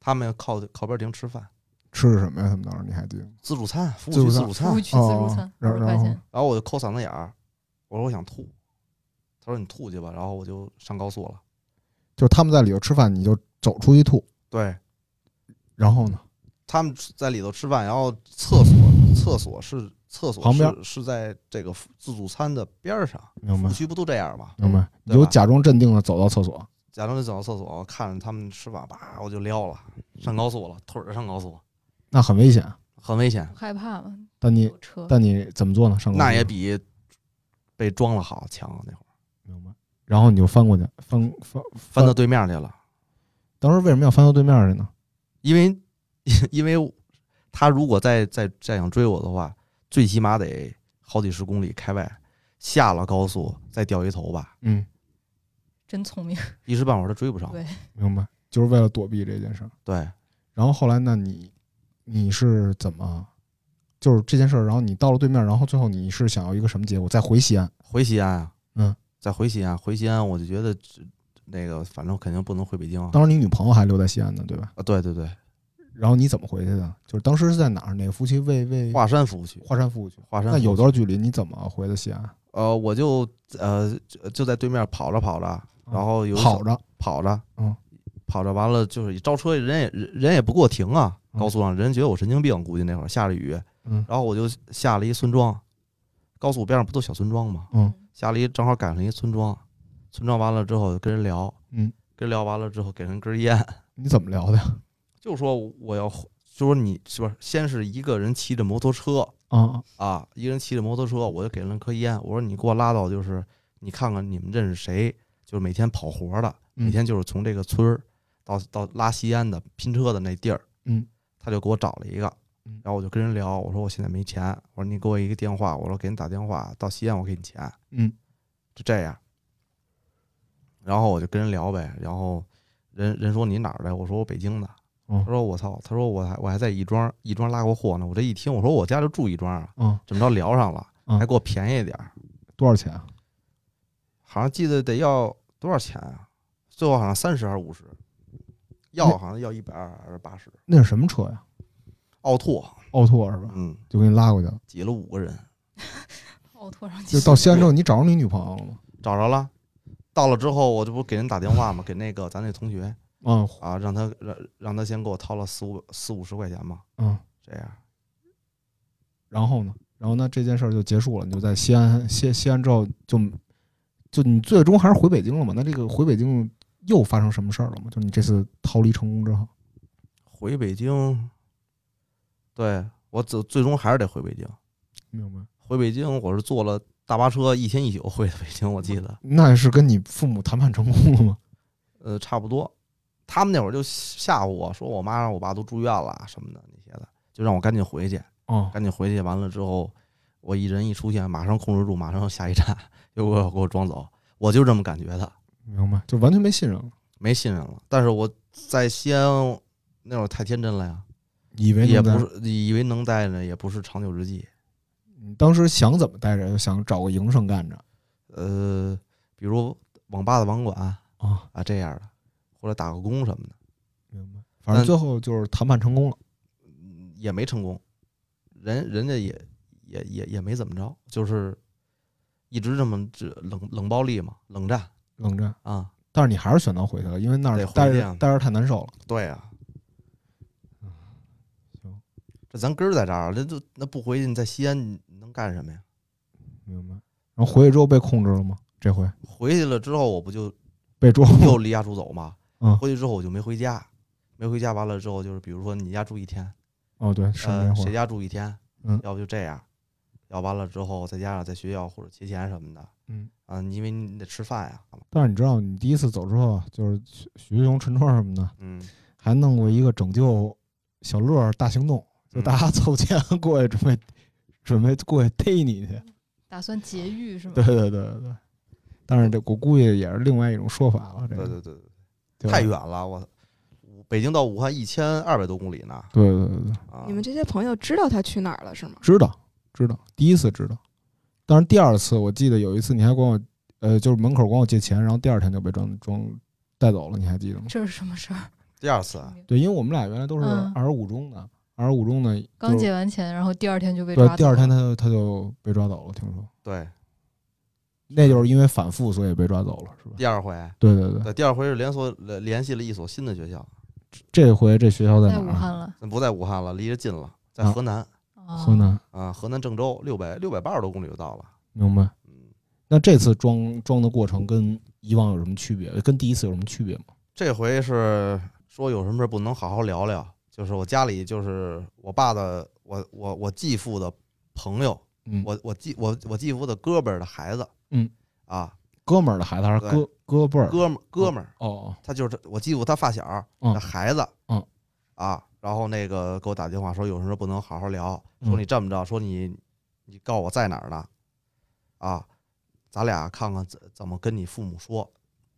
S2: 他们靠靠边停吃饭，
S1: 吃的什么呀？他们当时你还记得吗？
S2: 自助餐，服务
S1: 自助
S2: 区
S1: 餐
S2: 自助餐
S4: 服务。区自助
S1: 哦
S4: 餐
S1: 然
S4: 二十块
S1: 然后
S4: 钱，
S2: 然后我就抠嗓子眼儿，我说我想吐，他说你吐去吧，然后我就上高速了。
S1: 就是他们在里头吃饭，你就走出去吐，
S2: 对
S1: 然后呢？
S2: 他们在里头吃饭，然后厕所厕所是厕所
S1: 旁边
S2: 是是在这个自助餐的边儿上，
S1: 明
S2: 服
S1: 白
S2: 务？区不都这样吗？
S1: 明白？你
S2: 对吧
S1: 就假装镇定的走到厕所，
S2: 假装就走到厕所，看着他们吃饭，叭我就撩了，
S1: 嗯
S2: 上高速了，腿儿上高速，
S1: 那很危险。
S2: 很危险。
S4: 害怕嘛，
S1: 但你
S4: 有车，
S1: 但你怎么做呢？上高速
S2: 那也比被装了好强啊！那会儿
S1: 明白。然后你就翻过去，翻翻
S2: 翻到对面去了，
S1: 当时为什么要翻到对面去呢？
S2: 因为 因为他如果再再再想追我的话，最起码得好几十公里开外，下了高速再掉一头吧，
S1: 嗯，
S4: 真聪明，
S2: 一时半会儿他追不上。
S4: 对，
S1: 明白，就是为了躲避这件事儿。
S2: 对，
S1: 然后后来，那你你是怎么，就是这件事儿，然后你到了对面，然后最后你是想要一个什么结果？再回西安？
S2: 回西安啊，
S1: 嗯，
S2: 再回西安，回西安我就觉得这那个反正肯定不能回北京啊。
S1: 当时你女朋友还留在西安呢，对吧？
S2: 啊，对对对，
S1: 然后你怎么回去的？就是当时是在哪儿？哪个服务区？为为
S2: 华山服务区，
S1: 华山服务区。
S2: 华山
S1: 那有
S2: 服务区
S1: 多少距离？你怎么回的西安？
S2: 呃，我就呃就就在对面跑着跑着，然后有一
S1: 嗯跑
S2: 小
S1: 着，
S2: 跑着，
S1: 嗯，
S2: 跑着完了就是招车，人也人人也不给我停啊，
S1: 嗯
S2: 高速上人觉得我神经病，估计那会儿下着雨，
S1: 嗯
S2: 然后我就下了一村庄，高速边上不都小村庄吗？
S1: 嗯，
S2: 下了一正好赶上一村庄，村庄完了之后跟人聊，
S1: 嗯，
S2: 跟人聊完了之后给人根烟，
S1: 你怎么聊的呀？
S2: 就说我要就说你是不是先是一个人骑着摩托车，
S1: 啊，
S2: 啊，一个人骑着摩托车，我就给了颗烟，我说你给我拉到就是你看看你们认识谁，就是每天跑活的，
S1: 嗯
S2: 每天就是从这个村儿到到拉西安的拼车的那地儿，
S1: 嗯，
S2: 他就给我找了一个
S1: 嗯，
S2: 然后我就跟人聊，我说我现在没钱，我说你给我一个电话，我说给你打电话到西安我给你钱，
S1: 嗯，
S2: 就这样，然后我就跟人聊呗，然后人人说你哪儿的，我说我北京的。
S1: 哦
S2: 他说我操，他说我还我还在亦庄亦庄拉过货呢。我这一听，我说我家就住亦庄啊，
S1: 嗯，
S2: 怎么着聊上了，
S1: 嗯
S2: 还给我便宜点儿，
S1: 多少钱啊？
S2: 好像记得得要多少钱啊？最后好像三十还是五十，要好像要一百二还是八十。
S1: 那是什么车呀？
S2: 奥拓，
S1: 奥拓是吧？
S2: 嗯，
S1: 就给你拉过去了。
S2: 挤了五个人，
S4: 奥拓上
S1: 就到西安之后，你找着你女朋友了吗？
S2: 找着了。到了之后，我这不给人打电话嘛，给那个咱那同学
S1: 啊，
S2: 啊，让他让让他先给我掏了四五四五十块钱嘛，
S1: 嗯，
S2: 这样。
S1: 然后呢？然后呢？这件事儿就结束了，你就在西安，西西安之后就就你最终还是回北京了嘛？那这个回北京又发生什么事儿了吗？就你这次逃离成功之后，
S2: 回北京，对我最最终还是得回北京。
S1: 明白。
S2: 回北京我是坐了大巴车一天一宿回的北京，我记得，
S1: 那是跟你父母谈判成功了吗？
S2: 呃，差不多。他们那会儿就吓唬我说，我妈让我爸都住院了啊什么的那些的，就让我赶紧回去，
S1: 哦，
S2: 赶紧回去。完了之后，我一人一出现，马上控制住，马上下一站，又给我给我装走，我就这么感觉的。
S1: 明白，就完全没信任了，
S2: 没信任了。但是我在西安那会儿太天真了呀，
S1: 以为
S2: 也
S1: 能
S2: 不
S1: 在
S2: 是以为能待着，也不是长久之计。
S1: 你当时想怎么待着，就想找个营生干着
S2: 呃，比如网吧的网管啊
S1: 啊，
S2: 这样的，或者打个工什么的，
S1: 明白。反正
S2: 但
S1: 最后就是谈判成功了，
S2: 嗯也没成功。人人家也也也也没怎么着，就是一直这么这冷冷暴力嘛，冷战
S1: 冷战。
S2: 啊。
S1: 但是你还是选择回去了，因为那儿
S2: 得回
S1: 待
S2: 去
S1: 着
S2: 啊
S1: 待着太难受了。
S2: 对啊，
S1: 行，
S2: 嗯这咱根儿在这儿，那就那不回去，你在西安你能干什么呀？
S1: 明白。然后回去之后被控制了吗？这回
S2: 回去了之后，我不就
S1: 被捉
S2: 又离家出走嘛。
S1: 嗯
S2: 回去之后我就没回家，没回家完了之后就是，比如说你家住一天，
S1: 哦，对，上
S2: 呃
S1: 那，会
S2: 谁
S1: 儿，
S2: 家住一天，
S1: 嗯
S2: 要不就这样，要完了之后再加上在学校或者节前什么的，
S1: 嗯。
S2: 啊，因为你得吃饭呀，
S1: 但是你知道，你第一次走之后啊，就是许许志雄、陈川什么的，
S2: 嗯，
S1: 还弄过一个拯救小乐儿大行动，就
S2: 嗯
S1: 大家凑钱过去准备 准备过去逮你去。
S2: 嗯
S4: 打算劫狱是吗？
S1: 对对对对对。但是这我估计也是另外一种说法了，这
S2: 对
S1: 个
S2: 对对，
S1: 对吧
S2: 太远了，我武北京到武汉一千二百多公里呢，
S1: 对对对对，
S2: 啊，
S3: 你们这些朋友知道他去哪儿了是吗？
S1: 知道知道，第一次知道，但是第二次我记得有一次你还管我，呃，就是门口管我借钱，然后第二天就被装装带走了，你还记得吗？
S4: 这是什么事儿？
S2: 第二次啊，
S1: 对，因为我们俩原来都是
S4: 嗯
S1: 二十五中的，二十五中的
S4: 刚
S1: 就
S4: 解完钱，然后第二天就被抓
S1: 对，啊
S4: 走
S1: 第二天
S4: 了
S1: 他就他就被抓走了，听说
S2: 对，
S1: 那就是因为反复所以被抓走了，是吧？
S2: 第二回，
S1: 对对对，
S2: 对，第二回是连锁联联系了一所新的学校，
S1: 这回这学校在
S4: 在
S1: 哪
S4: 武
S1: 儿
S4: 汉
S1: 啊？
S4: 了，
S2: 不在武汉了，离着近了，在
S1: 啊
S2: 河南
S1: 河南，
S2: 啊，河南郑州六百六百八十多公里就到了，
S1: 明白。
S2: 嗯。
S1: 那这次装装的过程跟以往有什么区别？跟第一次有什么区别吗？
S2: 这回是说有什么事儿不能好好聊聊，就是我家里就是我爸的，我我我继父的朋友，
S1: 嗯，
S2: 我我继我我继父的哥们儿的孩子，
S1: 嗯
S2: 啊，
S1: 哥们儿的孩子还是哥哥辈儿？
S2: 哥们儿哥们儿，
S1: 哦哦，
S2: 他就是我继父他发小
S1: 嗯
S2: 的孩子，
S1: 嗯
S2: 啊，然后那个给我打电话说有什么事儿不能好好聊，
S1: 嗯
S2: 说你这么着，说你你告诉我在哪儿呢，啊，咱俩看看怎怎么跟你父母说。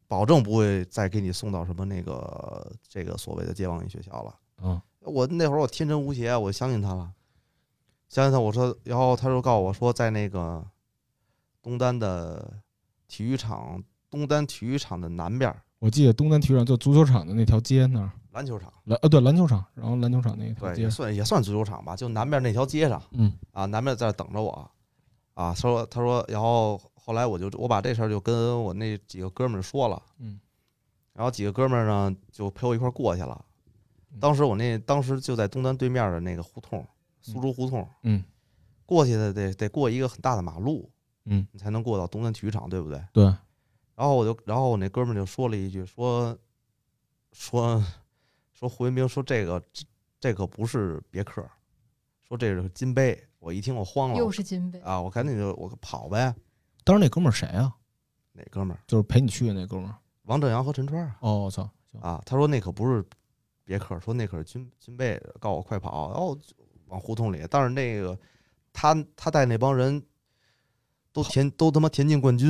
S2: 保证不会再给你送到什么那个这个所谓的接望医学校了。
S1: 嗯，
S2: 我那会儿我天真无邪，啊我相信他了，相信他。我说，然后他就告诉我说，在那个东单的体育场，东单体育场的南边儿
S1: 我记得东单体育场就足球场的那条街那儿，
S2: 篮球场，
S1: 篮呃对篮球场，然后篮球场那一条
S2: 对，
S1: 街
S2: 也，算也算足球场吧，就南边那条街上
S1: 嗯，
S2: 啊，南边在那等着我啊。他说，他说，然后后来我就我把这事儿就跟我那几个哥们儿说了，
S1: 嗯，
S2: 然后几个哥们儿呢就陪我一块儿过去了
S1: 嗯。
S2: 当时我那当时就在东单对面的那个胡同，苏州胡同，
S1: 嗯，
S2: 过去的得得过一个很大的马路，
S1: 嗯，
S2: 你才能过到东南体育场，对不对？
S1: 对，
S2: 然后我就，然后我那哥们儿就说了一句，说说说胡云兵说这个这这可不是别克，说这是金杯。我一听我慌
S4: 又
S2: 了
S4: 是金杯，
S2: 啊，我赶紧就我跑呗。
S1: 当时那哥们儿谁啊？
S2: 哪哥们儿？
S1: 就是陪你去的那哥们儿。
S2: 王正阳和陈川啊
S1: 哦，我操，行
S2: 啊，他说那可不是别克，说那可是军军备，告我快跑，然后就往胡同里。但是那个他他带那帮人都田都他妈田径冠军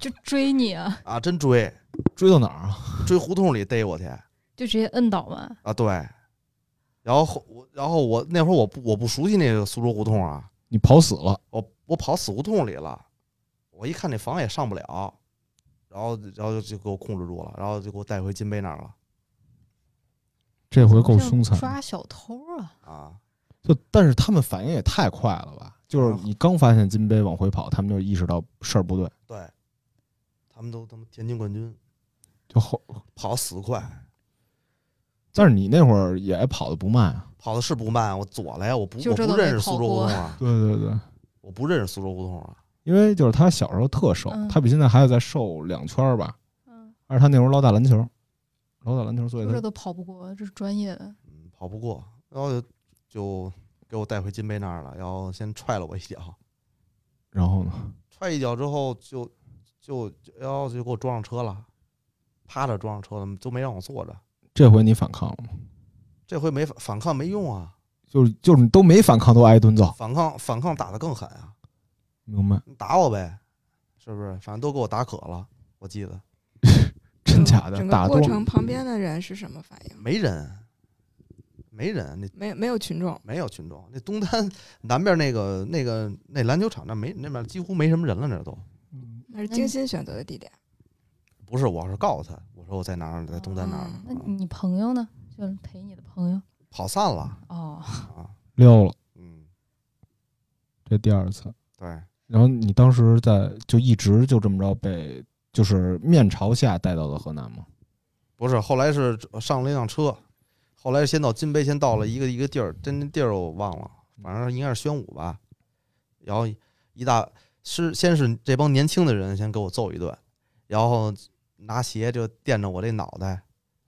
S4: 就追你啊，
S2: 啊，真追
S1: 追到哪儿啊？
S2: 追胡同里逮我去
S4: 就直接摁倒嘛。
S2: 啊，对。然后后我然后我那会儿我不我不熟悉那个苏州胡同啊，
S1: 你跑死了，
S2: 我我跑死胡同里了，我一看那房也上不了，然后然后就就给我控制住了，然后就给我带回金杯那儿了
S1: 这回够
S4: 像
S1: 凶残的。
S4: 抓小偷啊！
S2: 啊。
S1: 就但是他们反应也太快了吧？就是
S3: 哦
S1: 你刚发现金杯往回跑，他们就意识到事儿不对，
S2: 对，他们都他妈田径冠军，
S1: 就后。
S2: 跑死快，
S1: 但是你那会儿也跑得不慢啊。
S2: 跑的是不慢，我左了呀，我不
S4: 就
S2: 我
S4: 这
S2: 不
S4: 都没
S2: 认识
S4: 跑
S2: 苏州胡
S4: 过
S2: 同 啊，
S1: 对对对，
S2: 我不认识苏州胡同啊，
S1: 因为就是他小时候特瘦，
S4: 嗯
S1: 他比现在还要再瘦两圈儿吧。
S4: 嗯，
S1: 而且他那时候老打篮球，老打篮球，所以
S4: 这
S1: 他
S4: 都跑不过，这是专业的。
S2: 嗯，跑不过，然后就就给我带回金杯那儿了，然后先踹了我一脚，
S1: 然后呢？
S2: 踹一脚之后就就就然后就给我撞上车了，趴着撞上车了，都没让我坐着。
S1: 这回你反抗了吗？
S2: 这回没反反抗没用啊，
S1: 就是就是你都没反抗，都挨顿揍，
S2: 反抗反抗打得更狠啊，
S1: 明白？
S2: 你打我呗，是不是？反正都给我打渴了，我记得
S1: 真假的
S3: 整？
S1: 打
S3: 个
S1: 多了
S3: 过程旁边的人是什么反应？
S2: 没人，没人，那
S3: 没没有群众，
S2: 没有群众，那东单 南边那个那个那篮球场那没那边几乎没什么人了，那都
S3: 那是精心选择的地点。
S2: 不是，我是告诉他，我说我在哪儿，在东单哪儿，
S4: 哦那
S2: 嗯
S4: 你朋友呢？就是陪你的朋友
S2: 跑散了
S4: 哦，
S2: 啊，
S1: 溜了，
S2: 嗯，
S1: 这第二次。
S2: 对，
S1: 然后你当时在就一直就这么着被就是面朝下带到的河南吗？
S2: 不是，后来是呃上了一辆车，后来先到金杯，先到了一个一个地儿，真那地儿我忘了，反正应该是宣武吧。然后一大是先是这帮年轻的人先给我揍一顿，然后拿鞋就垫着我这脑袋，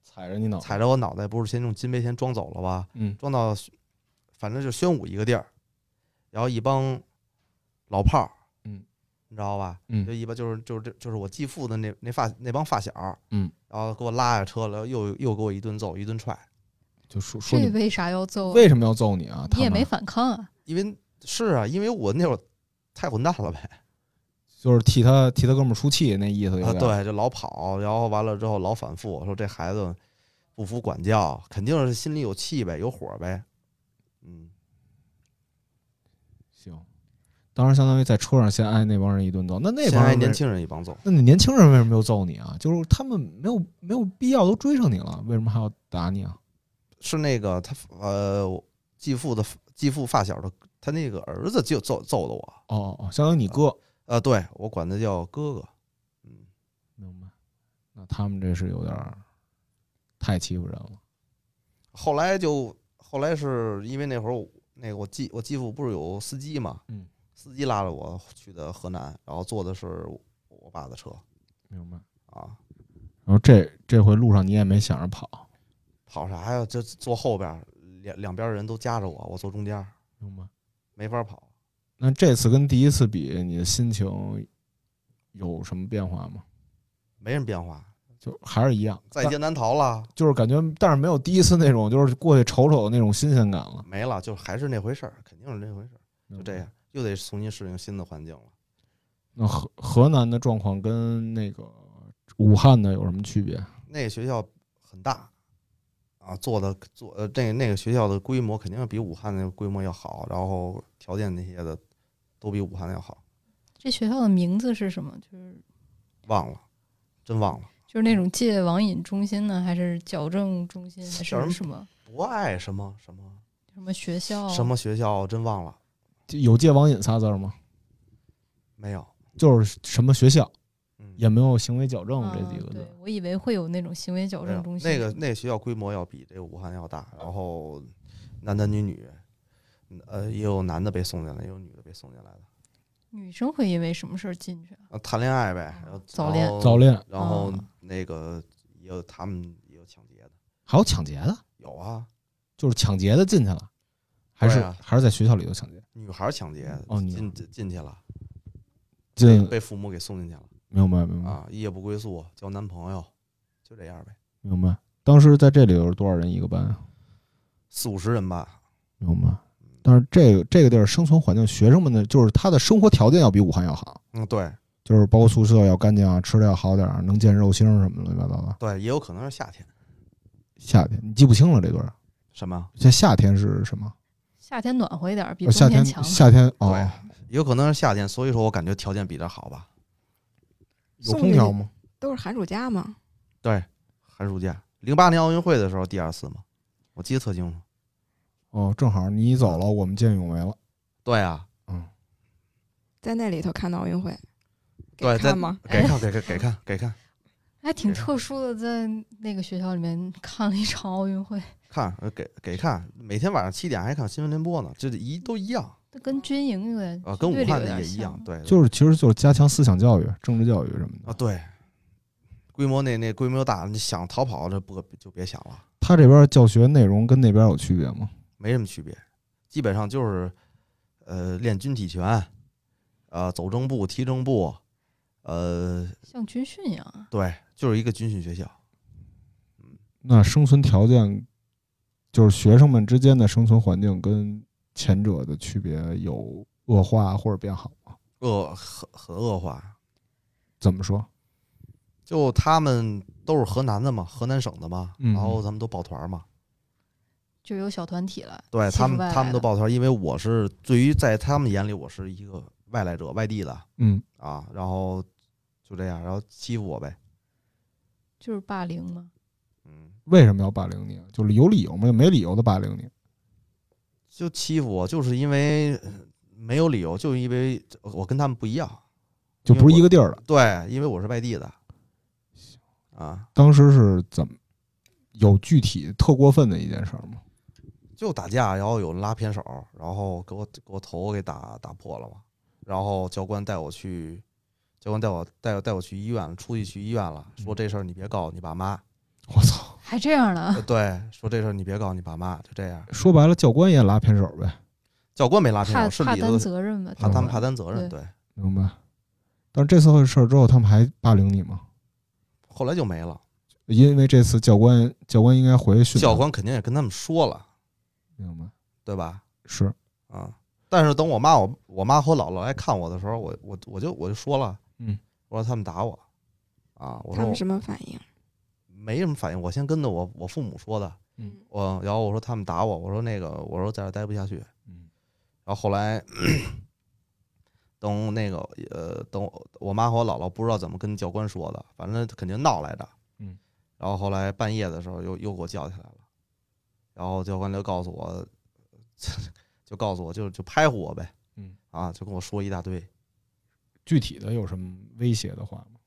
S1: 踩着你脑
S2: 踩着我脑袋，不是先用金杯先装走了
S1: 哦
S2: 吧？
S1: 嗯，
S2: 撞到，反正就宣武一个地儿，然后一帮老炮儿，
S1: 嗯，
S2: 你知道吧？
S1: 嗯
S2: 就一帮就是就是这就是我继父的那那发那帮发小，
S1: 嗯，
S2: 然后给我拉下车了，然后又又给我一顿揍一顿踹，
S1: 就说说
S4: 这
S1: 你
S4: 为啥要揍啊？
S1: 为什么要揍你啊？他
S4: 你也
S1: 们
S4: 没反抗啊？
S2: 因为是啊，因为我那会儿太混蛋了呗，
S1: 就是替他替他哥们儿出气那意思有
S2: 啊，
S1: 点，
S2: 对，就老跑，然后完了之后老反复，我说这孩子不服管教，肯定是心里有气呗，有火呗，嗯，
S1: 行。当时相当于在车上先挨那帮人一顿揍，那那
S2: 先
S1: 帮
S2: 挨
S1: 人
S2: 年
S1: 为，
S2: 轻人一帮揍。
S1: 那你年轻人为什么没有揍你啊？就是他们没有没有必要都追上你了，为什么还要打你啊？
S2: 是那个他呃我继父的继父发小的，他那个儿子就揍揍的我。
S1: 哦哦，相当于你哥，
S2: 呃，对我管他叫哥哥。嗯，
S1: 明白？那他们这是有点儿太欺负人了。
S2: 后来就后来是因为那会儿我那个我继我继父不是有司机嘛，
S1: 嗯，
S2: 司机拉着我去的河南，然后坐的是我我爸的车
S1: 明白。
S2: 啊，
S1: 然后这这回路上你也没想着跑，
S2: 跑啥呀？这坐后边儿两两边儿人都夹着我，我坐中间儿，
S1: 明白？
S2: 没法跑。
S1: 那这次跟第一次比，你的心情有什么变化吗？
S2: 没人变化，
S1: 就还是一样，
S2: 在劫难逃了，
S1: 就是感觉，但是没有第一次那种就是过去瞅瞅的那种新鲜感了。
S2: 没了，就还是那回事儿，肯定是那回事儿，就
S1: 就
S2: 这样，，又得重新适应新的环境了。
S1: 那河河南的状况跟那个武汉的有什么区别？
S2: 那个学校很大啊，做的做呃，那那个学校的规模肯定比武汉那个规模要好，然后条件那些的都比武汉要好。
S4: 这学校的名字是什么？就是
S2: 忘了，真忘了，
S4: 就是那种戒网瘾中心呢，还是矫正中心，还
S2: 什么
S4: 是什么
S2: 博爱什么什么
S4: 什么学校？
S2: 什么学校，真忘了，
S1: 就有戒网瘾仨字儿吗？
S2: 没有。
S1: 就是什么学校
S2: 嗯，
S1: 也没有行为矫正
S4: 啊？
S1: 这几个字
S4: 对
S1: 儿。，
S4: 我以为会有那种行为矫
S2: 没有
S4: 正中心。
S2: 那个那个学校规模要比这个武汉要大，然后男男女女，呃，也有男的被送进来，也有女的被送进来的。
S4: 女生会因为什么事儿进去啊？
S2: 啊，谈恋爱呗，然后
S4: 早恋
S2: 然后
S1: 早恋
S2: 然后
S1: 哦
S4: 啊
S2: 那个也有他们也有抢劫的，
S1: 还有抢劫的，
S2: 有啊，
S1: 就是抢劫的进去了，还是、
S2: 对啊
S1: 还是在学校里头抢劫
S2: 女孩儿抢劫
S1: 哦女
S2: 进进进去了，
S1: 进？
S2: 被父母给送进去了
S1: 明白明白、
S2: 啊，夜不归宿，交男朋友，就这样呗，
S1: 明白。当时在这里头是多少人一个班啊？
S2: 四五十人吧，
S1: 明白。但是这个这个地儿生存环境，学生们的就是他的生活条件要比武汉要好，
S2: 嗯，对
S1: 就是包括宿舍要干净啊，吃的要好点儿，能见肉星儿什么乱七八糟的。
S2: 对，也有可能是夏天，
S1: 夏天你记不清了这段儿，
S2: 什么？
S1: 这夏天是什么？
S4: 夏天暖和一点儿，比
S1: 呃夏
S4: 冬
S1: 天
S4: 天强。
S1: 夏天哦，
S2: 有可能是夏天，所以说我感觉条件比这好吧，
S1: 有空调
S3: 送
S1: 吗？
S3: 都是寒暑假嘛，
S2: 对，寒暑假，零八年奥运会的时候第二次嘛，我记得特清楚，
S1: 哦，正好你一走
S4: 嗯
S1: 了，我们见义勇为了。
S2: 对啊，
S3: 在那里头看到奥运会，给
S2: 对，在
S3: 看吗？
S2: 给 看给看给看给看
S4: 还挺特殊的，在那个学校里面看了一场奥运会，
S2: 看呃给给看，每天晚上七点还看新闻联播呢，这一都一样
S4: 这跟军营有点
S2: 啊，跟武
S4: 队里
S2: 汉
S4: 有
S2: 的
S4: 点
S2: 也一样
S4: 像，
S2: 对，
S1: 就是其实就是加强思想教育、政治教育什么的。
S2: 啊，对，规模那那规模大，你想逃跑这不就别想了，
S1: 他这边教学内容跟那边有区别吗？
S2: 没什么区别，基本上就是呃练军体拳，啊、走正步、踢正步，呃，
S4: 像军训一样啊。
S2: 对，就是一个军训学校。
S1: 那生存条件，就是学生们之间的生存环境跟前者的区别有恶化或者变好吗？
S2: 恶呃很很恶化。
S1: 怎么说？
S2: 就他们都是河南的嘛，河南省的嘛，
S1: 嗯
S2: 然后咱们都抱团嘛，
S4: 就有小团体了。
S2: 对
S4: 气
S2: 他
S4: 出
S2: 们
S4: 外
S2: 他
S4: 来
S2: 们都
S4: 的
S2: 抱团，因为我是对于在他们眼里我是一个外来者、外地的
S1: 嗯，
S2: 啊，然后就这样，然后欺负我呗，
S4: 就是霸凌嘛，
S2: 嗯，
S1: 为什么要霸凌你？啊就是有理由吗？没理由的霸凌你。
S2: 就欺负我，就是因为呃没有理由，就是因为我跟他们不一样，
S1: 就不是一个地儿的。
S2: 对，因为我是外地的，啊，
S1: 当时是怎么有具体特过分的一件事儿吗？
S2: 就打架，然后有人拉偏手，然后给我给我头给打打破了嘛，然后教官带我去，教官带我带我带我去医院了，出去去医院了，说这事儿你别告你爸妈，
S1: 我操！
S4: 还这样呢？
S2: 呃对，说这事儿你别告你爸妈，就这样。
S1: 说白了，教官也拉偏手呗，
S2: 教官没拉偏
S4: 怕
S2: 手，是
S4: 怕
S2: 里
S4: 担
S2: 头
S4: 责任吧？
S2: 怕
S4: 就是
S2: 他们怕担责任，
S4: 对
S2: 对，
S1: 明白？但是这次事儿之后，他们还霸凌你吗？
S2: 后来就没了。
S1: 因为这次教官教官应该回去训他
S2: 教官肯定也跟他们说了，
S1: 明白
S2: 对吧？
S1: 是
S2: 啊，但是等我妈我我妈和我姥姥来看我的时候，我我我就我就说了，
S1: 嗯，
S2: 我说他们打我，啊，我说
S3: 他们
S2: 我
S3: 什么反应？
S2: 没什么反应，我先跟着我我父母说的，
S1: 嗯
S2: 我然后我说他们打我，我说那个我说在这儿待不下去，
S1: 嗯
S2: 然后后来等那个呃等我我妈和我姥姥不知道怎么跟教官说的，反正肯定闹来着。
S1: 嗯，
S2: 然后后来半夜的时候又又给我叫起来了，然后教官就告诉我， 就告诉我就就拍唬我呗，
S1: 嗯
S2: 啊，就跟我说一大堆，
S1: 具体的有什么威胁的话吗？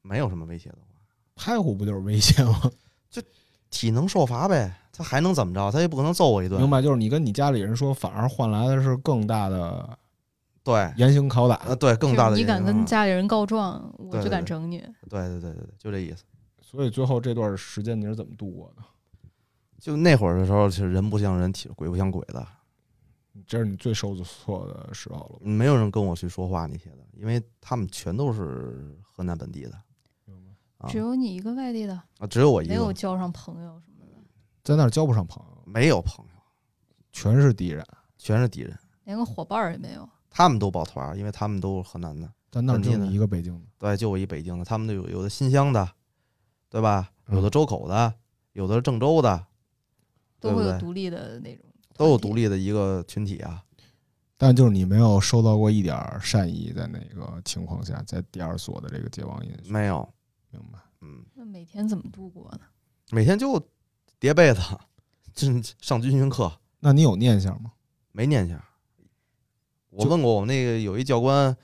S2: 没有什么威胁的话，
S1: 拍虎不就是威胁吗？
S2: 体能受罚呗，他还能怎么着？他也不可能揍我一顿
S1: 明，白，就是你跟你家里人说，反而换来的是更大的
S2: 对，
S1: 严刑拷打。
S2: 呃，对，更
S4: 就是
S2: 大的
S4: 你
S2: 影
S4: 敢
S2: 响
S4: 跟
S2: 啊，
S4: 家里人告状，我
S2: 对
S4: 就
S2: 对
S4: 敢
S2: 对
S4: 整你。
S2: 对对对对对，就这意思。
S1: 所以最后这段时间你是怎么度过的？
S2: 就那会儿的时候，是人不像人，体鬼不像鬼的，
S1: 这是你最受挫的时候了吧？
S2: 没有人跟我去说话那些的，因为他们全都是河南本地的
S1: 明白
S2: 啊
S4: 只有你一个外地的，
S2: 啊，只有我一
S4: 没有
S2: 个，
S4: 交上朋友什么的，
S1: 在那儿交不上朋友，
S2: 没有朋友，
S1: 全是敌人。
S2: 全是敌人。
S4: 连个伙伴儿也没有。
S2: 他们都抱团儿，因为他们都是河南的，
S1: 在那儿
S2: 本
S1: 只
S2: 地
S1: 有
S2: 的
S1: 你一个北京的，
S2: 对，就我一北京的，他们都有有的新乡的，对吧？有的
S1: 嗯
S2: 周口的，有的是郑州的，
S4: 都
S2: 对
S4: 会
S2: 不
S4: 有
S2: 对
S4: 独立的那种，
S2: 都有独。立的一个群体啊。
S1: 但就是你没有收到过一点儿善意，在那个情况下，在第二所的这个戒网营，
S2: 没有，
S1: 明白？
S2: 嗯，
S4: 那每天怎么度过呢？
S2: 每天就叠被子， 就是上军训课，
S1: 那你有念想吗？
S2: 没念想。我
S1: 就
S2: 问过我们那个有一教官，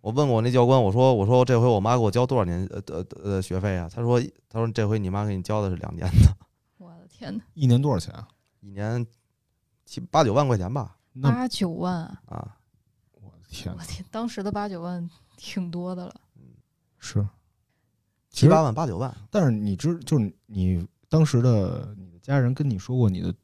S2: 我问过我那教官，我说我说这回我妈给我交多少年呃呃呃学费啊？他说他说这回你妈给你交的是两年的，
S4: 我的天哪，
S1: 一年多少钱啊？
S2: 一年七八九万块钱吧
S1: 那
S4: 八九万啊！
S2: 啊，
S1: 我的天
S4: 我，天，当时的八九万挺多的了。
S1: 是。其
S2: 七
S1: 实
S2: 八万八九万，
S1: 但是你知，就是你当时的你的家人跟你说过你的，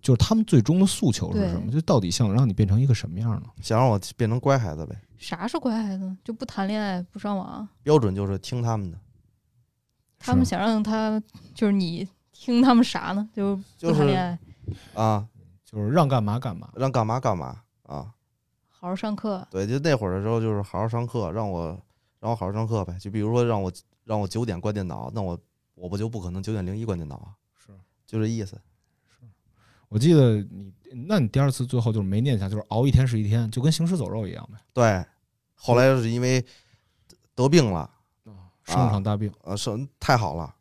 S1: 就是他们最终的诉求是
S4: 对
S1: 什么？就到底想让你变成一个什么样呢？
S2: 想让我变成乖孩子呗。
S4: 啥是乖孩子？就不谈恋爱，不上网。
S2: 标准就是听他们的，
S4: 他们
S1: 是
S4: 想让他就是你听他们啥呢？就
S2: 就
S4: 不谈恋爱，
S2: 啊，
S1: 就是让干嘛干嘛，
S2: 让干嘛干嘛啊。
S4: 好好上课，
S2: 对，就那会儿的时候，就是好好上课，让我让我好好上课呗。就比如说让我让我九点关电脑，那我我不就不可能九点零一关电脑啊，
S1: 是。
S2: 就这意思。
S1: 我记得你，那你第二次最后就是没念想，就是熬一天是一天，就跟行尸走肉一样呗，
S2: 对，后来是因为得病了，
S1: 生了场大病。
S2: 呃，生太好了。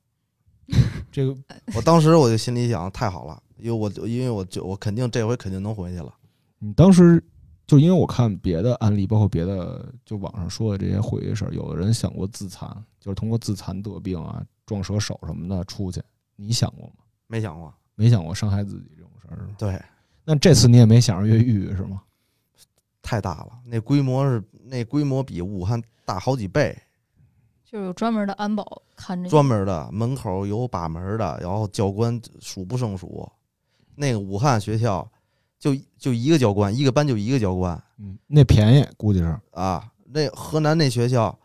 S1: 这个
S2: 我当时我就心里想，太好了，因为我因为我就我肯定这回肯定能回去了。
S1: 你当时就因为我看别的案例，包括别的就网上说的这些回忆事儿，有的人想过自残，就是通过自残得病啊，撞折手什么的出去。你想过吗？
S2: 没想过，
S1: 没想过伤害自己这种事儿是吗？
S2: 对，
S1: 那这次你也没想着越狱是吗？
S2: 太大了，那规模是那规模比武汉大好几倍，
S4: 就是有专门的安保看着你。
S2: 专门的门口有把门的，然后教官数不胜数。那个武汉学校就就一个教官，一个班就一个教官
S1: 嗯，那便宜估计是，
S2: 啊。那河南那学校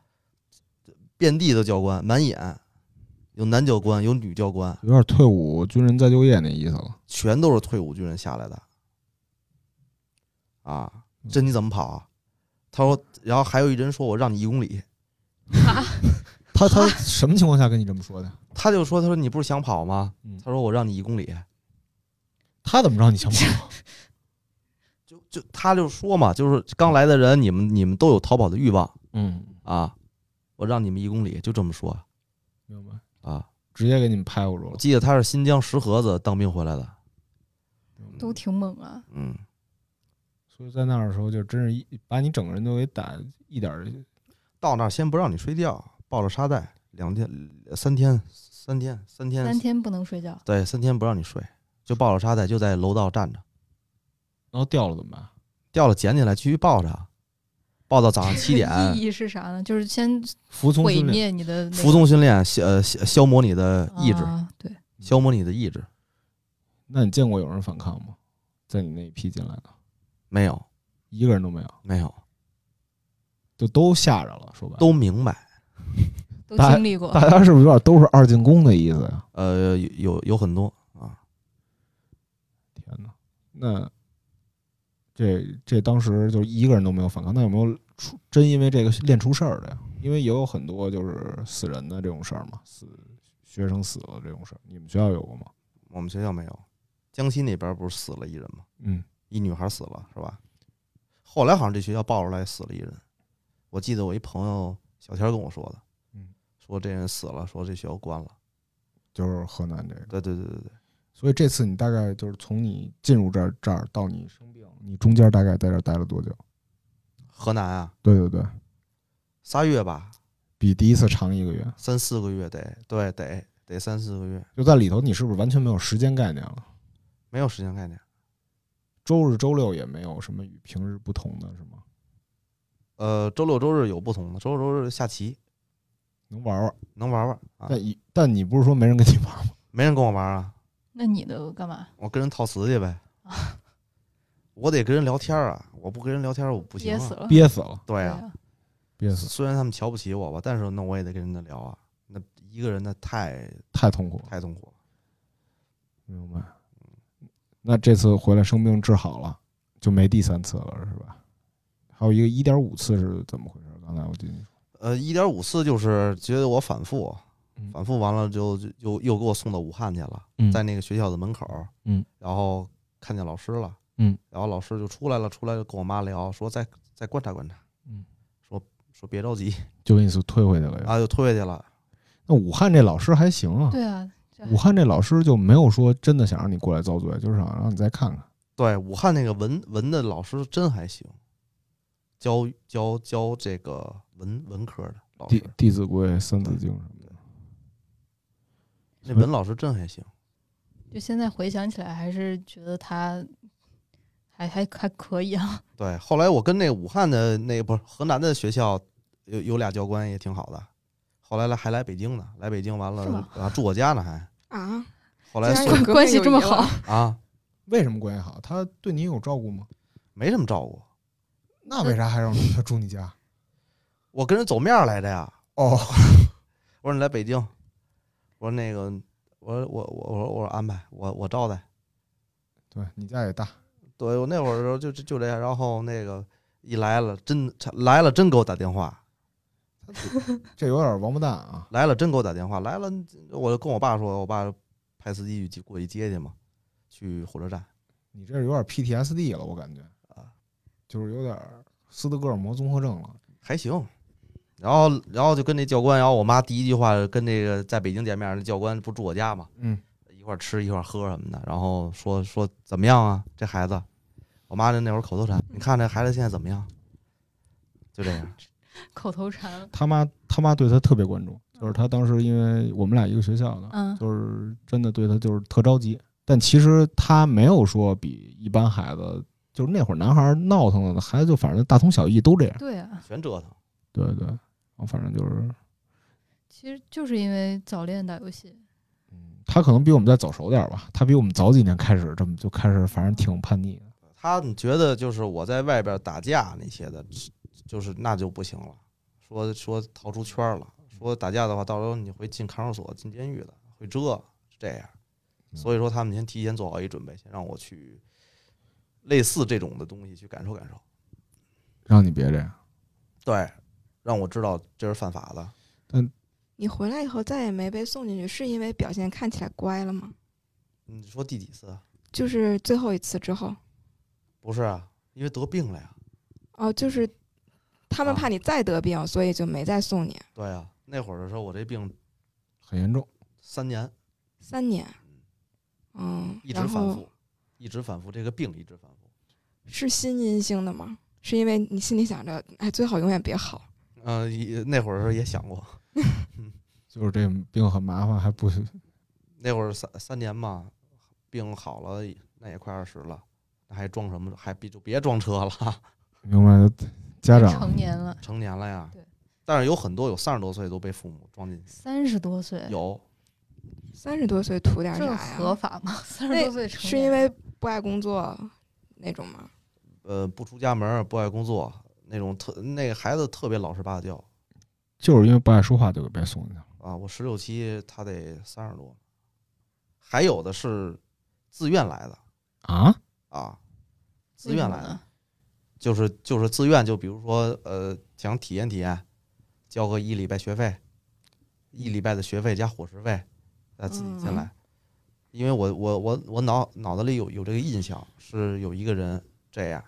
S2: 遍地的教官，满眼有男教官，有女教官，
S1: 有点退伍军人再就业那意思了。
S2: 全都是退伍军人下来的。啊，这你怎么跑啊？他说，然后还有一人说我让你一公里，
S1: 他 他什么情况下跟你这么说的？
S2: 他就说他说你不是想跑吗
S1: 嗯？
S2: 他说我让你一公里，
S1: 他怎么让你想跑？
S2: 就就他就说嘛，就是刚来的人，你们你们都有逃跑的欲望
S1: 嗯，
S2: 啊，我让你们一公里，就这么说
S1: 明白，
S2: 啊。
S1: 直接给你们拍过住
S2: 我
S1: 了。
S2: 记得他是新疆石河子当兵回来的，
S4: 都挺猛啊。
S2: 嗯，
S1: 所以在那儿的时候，就真是一把你整个人都给打一点儿
S2: 到那儿先不让你睡觉，抱着沙袋两天三天三天三天
S4: 三天不能睡觉，
S2: 对三天不让你睡，就抱着沙袋就在楼道站着，
S1: 然后掉了怎么办？
S2: 掉了捡起来继续抱着，抱到早上七点，
S4: 意义是啥呢？就是先
S1: 服从
S4: 毁
S1: 训练。
S4: 灭你的那个
S2: 服从训练消呃消消磨你的意志，
S4: 啊对，
S2: 消磨你的意志。
S1: 那你见过有人反抗吗？在你那一批进来的，
S2: 没有
S1: 一个人都没有，
S2: 没有，
S1: 就都吓着了。说白了，
S2: 都明白。
S4: 都
S1: 大
S4: 经历过。
S1: 大家是不是有点都是二进宫的意思呀、
S2: 呃，有有有很多啊，
S1: 天哪，那这这当时就一个人都没有反抗，那有没有出真因为这个练出事儿的呀？因为也有很多就是死人的这种事儿嘛，死学生死了这种事儿，你们学校有过吗？
S2: 我们学校没有。江西那边不是死了一人吗？
S1: 嗯，
S2: 一女孩死了是吧？后来好像这学校爆出来死了一人，我记得我一朋友小天跟我说的，
S1: 嗯，
S2: 说这人死了，说这学校关了。
S1: 就是河南这个。
S2: 对对对对对，
S1: 所以这次你大概就是从你进入这儿这儿到你生病，你中间大概在这儿待了多久？
S2: 河南啊，
S1: 对对对，
S2: 仨月吧，
S1: 比第一次长一个月。
S2: 三四个月得，对得得三四个月，
S1: 就在里头，你是不是完全没有时间概念了？
S2: 没有时间概念。
S1: 周日、周六也没有什么与平日不同的，是吗？
S2: 呃，周六周日有不同的，周六周日下棋
S1: 能玩玩，
S2: 能玩玩啊，
S1: 但一但你不是说没人跟你玩吗？
S2: 没人跟我玩啊，
S4: 那你的干嘛？
S2: 我跟人套词去 呗。我得跟人聊天啊，我不跟人聊天我不行、
S4: 憋
S2: 啊。
S4: 死了。
S1: 憋死了，
S2: 对
S4: 对
S2: 啊，
S4: 啊，
S1: 憋死了，
S2: 虽然他们瞧不起我吧，但是那我也得跟人家聊啊。那一个人那太
S1: 太痛苦了。
S2: 太痛苦了。
S1: 明白。那这次回来生病治好了，就没第三次了，是吧？还有一个一点五次是怎么回事？刚才我记得你说，
S2: 呃，一点五次就是觉得我反复
S1: 嗯，
S2: 反复完了就就又又给我送到武汉去了，
S1: 嗯
S2: 在那个学校的门口，
S1: 嗯，
S2: 然后看见老师了，
S1: 嗯，
S2: 然后老师就出来了，出来就跟我妈聊，说再再观察观察，
S1: 嗯，
S2: 说说别着急，
S1: 就给你退回去了。
S2: 啊，就退回去了。
S1: 那武汉这老师还行啊，
S4: 对啊，这
S1: 武汉这老师就没有说真的想让你过来遭罪，就是想让你再看看。
S2: 对，武汉那个文文的老师真还行，教教教这个文文科的老
S1: 弟
S2: 师，
S1: 弟子规、三字经什么的。
S2: 那文老师真还行。
S4: 就现在回想起来，还是觉得他还还还可以啊。
S2: 对，后来我跟那武汉的那不是河南的学校有有俩教官也挺好的，后来来还来北京呢，来北京完
S4: 是
S2: 了
S4: 吗
S2: 啊住我家呢 还，
S3: 啊，
S2: 后来
S3: 竟
S2: 送
S3: 然有
S4: 关系这么好
S3: 革命友谊了，
S2: 啊
S1: 为什么关系好？他对你有照顾吗？
S2: 没什么照顾，
S1: 那为啥还让他住你家？
S2: 我跟人走面儿来着呀，
S1: 哦，
S2: 我说你来北京，我说那个我说我我我说我说安排我我招待，
S1: 对你家也大，
S2: 对我那会儿就就就这样，然后那个一来了真来了真给我打电话，
S1: 这有点王八蛋啊。
S2: 来了真给我打电话，来了，我就跟我爸说，我爸派司机去过去接去嘛，去火车站
S1: 你这有点 PTSD 了，我感觉
S2: 啊，
S1: 就是有点斯德哥尔摩综合症了。
S2: 还行。然后，然后就跟那教官，然后我妈第一句话跟那个在北京见面那教官不住我家嘛，
S1: 嗯，
S2: 一块儿吃一块儿喝什么的，然后说说怎么样啊，这孩子，我妈就那会儿口头禅，你看这孩子现在怎么样？就这样，
S4: 口头禅，
S1: 他妈他妈对他特别关注，就是他当时因为我们俩一个学校的，
S4: 嗯，
S1: 就是真的对他就是特着急。但其实他没有说比一般孩子，就是那会儿男孩儿闹腾的孩子，就反正大同小异，都这样。
S4: 对啊，
S2: 全折腾。
S1: 对对，我反正就是，
S4: 其实就是因为早恋打游戏，
S1: 嗯他可能比我们再早熟点儿吧，他比我们早几年开始这么就开始，反正挺叛逆的。
S2: 他们觉得就是我在外边打架那些的，就是那就不行了，说说逃出圈儿了，说打架的话，到时候你会进看守所、进监狱的，会这是这样。所以说他们先提前做好一准备，先让我去类似这种的东西去感受感受，
S1: 让你别这样。
S2: 对，让我知道这是犯法的。
S3: 你回来以后再也没被送进去，是因为表现看起来乖了吗？
S2: 你说第几次啊？
S3: 就是最后一次之后，
S2: 不是啊，因为得病了呀。
S3: 哦，就是他们
S2: 啊
S3: 怕你再得病，所以就没再送你
S2: 对啊，那会儿的时候我这病
S1: 很严重，
S2: 三年，
S3: 三年。嗯，
S2: 一直
S3: 然
S2: 反
S3: 后
S2: 复，一直反复，这个病一直反复。
S3: 是心因性的吗？是因为你心里想着，哎，最好永远别好。
S2: 嗯、也那会儿的时候也想过，
S1: 就是这病很麻烦，还不
S2: 那会儿三三年嘛，病好了那也快二十了，那还装什么？还别就别装车了，
S1: 明白。家长
S4: 成年了，
S2: 成年了呀
S4: 对。
S2: 但是有很多有三十多岁都被父母装进去，
S4: 三十多岁，
S2: 有
S3: 三十多岁图点啥
S4: 这
S3: 呀？
S4: 合法吗？三十
S3: 那
S4: 多岁成
S3: 是
S4: 年
S3: 因为不爱工作那种吗？
S2: 呃不出家门儿不爱工作那种特那个孩子特别老实巴交
S1: 就是因为不爱说话就给别送进去了。
S2: 啊，我十六七他得三十多，还有的是自愿来的
S1: 啊，
S2: 啊，自
S4: 为什
S2: 愿
S4: 么
S2: 来的
S4: 呢。
S2: 就是就是自愿，就比如说呃，想体验体验，交个一礼拜学费，一礼拜的学费加伙食费，他自己进来。因为我我我我脑脑子里有有这个印象，是有一个人这样，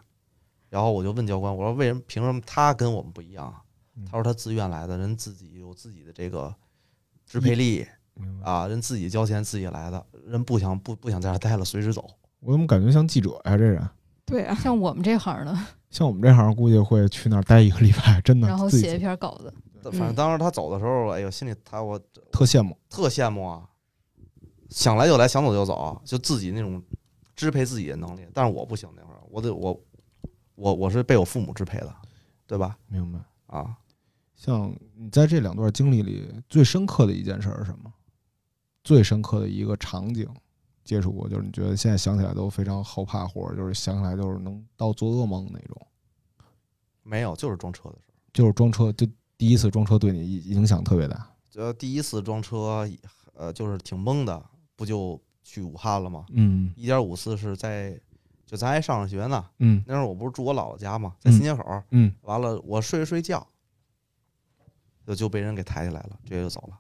S2: 然后我就问教官，我说为什么凭什么他跟我们不一样啊？他说他自愿来的，人自己有自己的这个支配力
S1: 明白。
S2: 啊，人自己交钱自己来的，人不想不不想在这儿待了，随时走。
S1: 我怎么感觉像记者呀、这人
S3: 对啊，
S4: 像我们这行的，
S1: 像我们这行，估计会去那儿待一个礼拜，真的。
S4: 然后
S1: 自己
S4: 写一篇稿子，
S2: 反正当时他走的时候，哎呦，心里他我
S1: 特羡慕。
S2: 特羡慕啊，想来就来，想走就走，就自己那种支配自己的能力。但是我不行，那会儿我得我我我是被我父母支配的，对吧？
S1: 明白。
S2: 啊，
S1: 像你在这两段经历里，最深刻的一件事儿是什么？最深刻的一个场景接触过，就是你觉得现在想起来都非常后怕，或者就是想起来就是能到做噩梦那种，
S2: 没有，就是装车的时候。
S1: 就是装车，就第一次装车对你影响特别大。
S2: 呃，第一次装车，呃，就是挺懵的，不就去武汉了吗？
S1: 嗯
S2: 一点五次是在，就咱还上着学呢。
S1: 嗯
S2: 那时候我不是住我姥姥家嘛，在新街口。
S1: 嗯，
S2: 完了，我睡着睡觉，就就被人给抬起来了，直接就走了。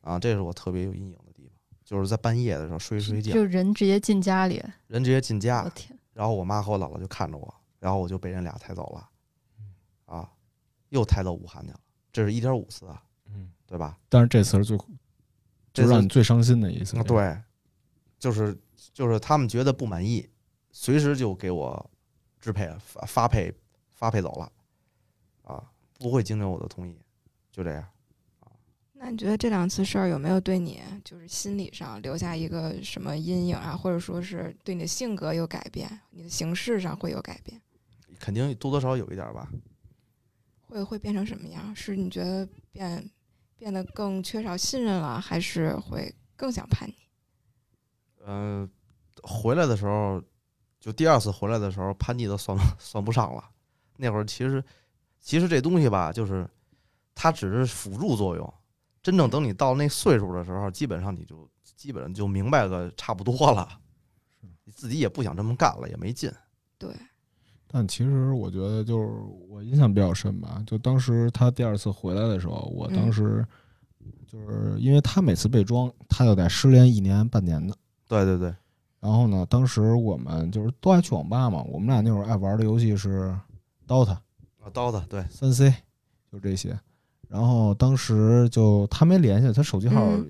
S2: 啊，这是我特别有阴影的地方，就是在半夜的时候睡着睡觉，
S4: 就人直接进家里，
S2: 人直接进家
S4: 我，天，
S2: 然后我妈和我姥姥就看着我，然后我就被人俩抬走了，啊，又抬到武汉去了，这是一点五次啊，
S1: 嗯，
S2: 对吧？
S1: 但是这次是最
S2: 这
S1: 就让你
S2: 次
S1: 最伤心的一次
S2: 啊，。对，就是就是他们觉得不满意，随时就给我支配发发配发配走了，啊，不会经过我的同意，就这样。
S3: 那你觉得这两次事儿有没有对你就是心理上留下一个什么阴影啊，或者说是对你的性格有改变，你的形式上会有改变，
S2: 肯定多多少少有一点儿吧。
S3: 会会变成什么样？是你觉得变变得更缺少信任了，还是会更想叛逆？
S2: 嗯、回来的时候，就第二次回来的时候，叛逆都算不 算不上了。那会儿其实其实这东西吧，就是它只是辅助作用。真正等你到那岁数的时候，基本上你就基本上就明白个差不多了。你自己也不想这么干了，也没劲。
S3: 对，
S1: 但其实我觉得，就是我印象比较深吧，就当时他第二次回来的时候，我当
S3: 嗯
S1: 时就是因为他每次被装，他就得失联一年半年的。
S2: 对对对，
S1: 然后呢，当时我们就是都爱去网吧嘛，我们俩那会儿爱玩的游戏是 DOTA、
S2: 啊，刀子，对，
S1: 三 C，就这些。然后当时就他没联系，他手机号
S3: 嗯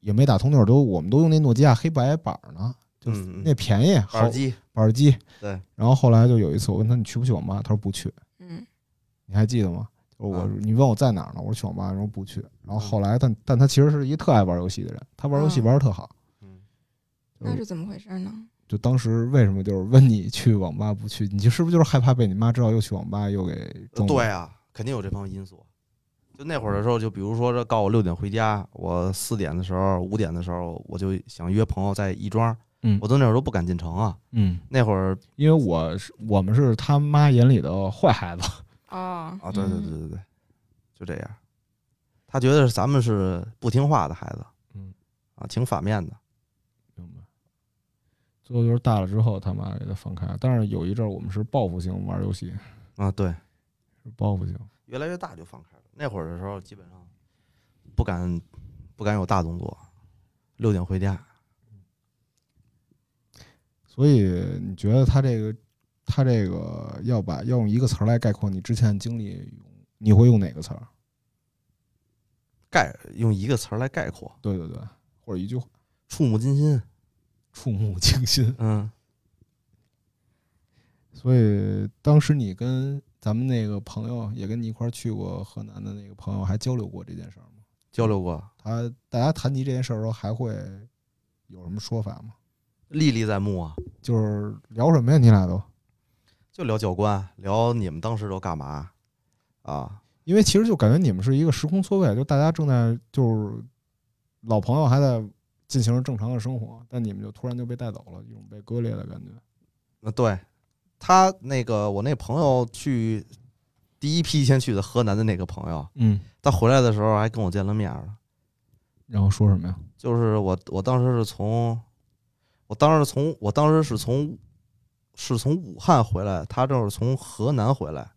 S1: 也没打通，那会儿都我们都用那诺基亚黑白板儿呢，就
S2: 嗯嗯
S1: 那便宜，好
S2: 耳机，
S1: 板儿机。
S2: 对，
S1: 然后后来就有一次我问他你去不去网吧，他说不去。
S3: 嗯，
S1: 你还记得吗？就是我，
S2: 啊
S1: 你问我在哪儿呢？我说去网吧，然后不去。然后
S2: 嗯啊
S1: 后来，但但他其实是一特爱玩游戏的人，他玩游戏
S3: 嗯
S1: 玩的特好。
S2: 嗯，
S3: 那是怎么回事呢？
S1: 就当时为什么就是问你去网吧不去？你是不是就是害怕被你妈知道又去网吧又给
S2: 呃
S1: 撞？
S2: 对，啊，肯定有这方面因素。就那会儿的时候，就比如说这告我六点回家，我四点的时候、五点的时候，我就想约朋友在亦庄
S1: 嗯
S2: 我都那会儿都不敢进城啊。
S1: 嗯，
S2: 那会儿
S1: 因为我是我们是他妈眼里的坏孩子，
S3: 哦，
S2: 啊，对对对对对，就这样。他觉得咱们是不听话的孩子，
S1: 嗯，
S2: 啊，挺反面的。
S1: 明白。最后就是大了之后，他妈给他放开。但是有一阵儿我们是报复性玩游戏，
S2: 啊，对，
S1: 是报复性。
S2: 越来越大就放开了。那会儿的时候，基本上不敢不敢有大动作，六点回家。
S1: 所以你觉得他这个，他这个要把要用一个词儿来概括你之前的经历，你会用哪个词儿？
S2: 概用一个词儿来概括，
S1: 对对对，或者一句话，
S2: 触目惊心。
S1: 触目惊 心。
S2: 嗯，
S1: 所以当时你跟咱们那个朋友，也跟你一块儿去过河南的那个朋友，还交流过这件事儿吗？
S2: 交流过，
S1: 他大家谈及这件事儿的时候，还会有什么说法吗？
S2: 历历在目啊。
S1: 就是聊什么呀？你俩都，
S2: 就聊教官，聊你们当时都干嘛啊？
S1: 因为其实就感觉你们是一个时空错位，就大家正在就是老朋友还在进行着正常的生活，但你们就突然就被带走了，一种被割裂的感觉。
S2: 那对他那个我那朋友去第一批先去的河南的那个朋友，
S1: 嗯，
S2: 他回来的时候还跟我见了面了。
S1: 然后说什么呀？
S2: 就是我我当时是从，我当时从我当时是从是从武汉回来，他正是从河南回来，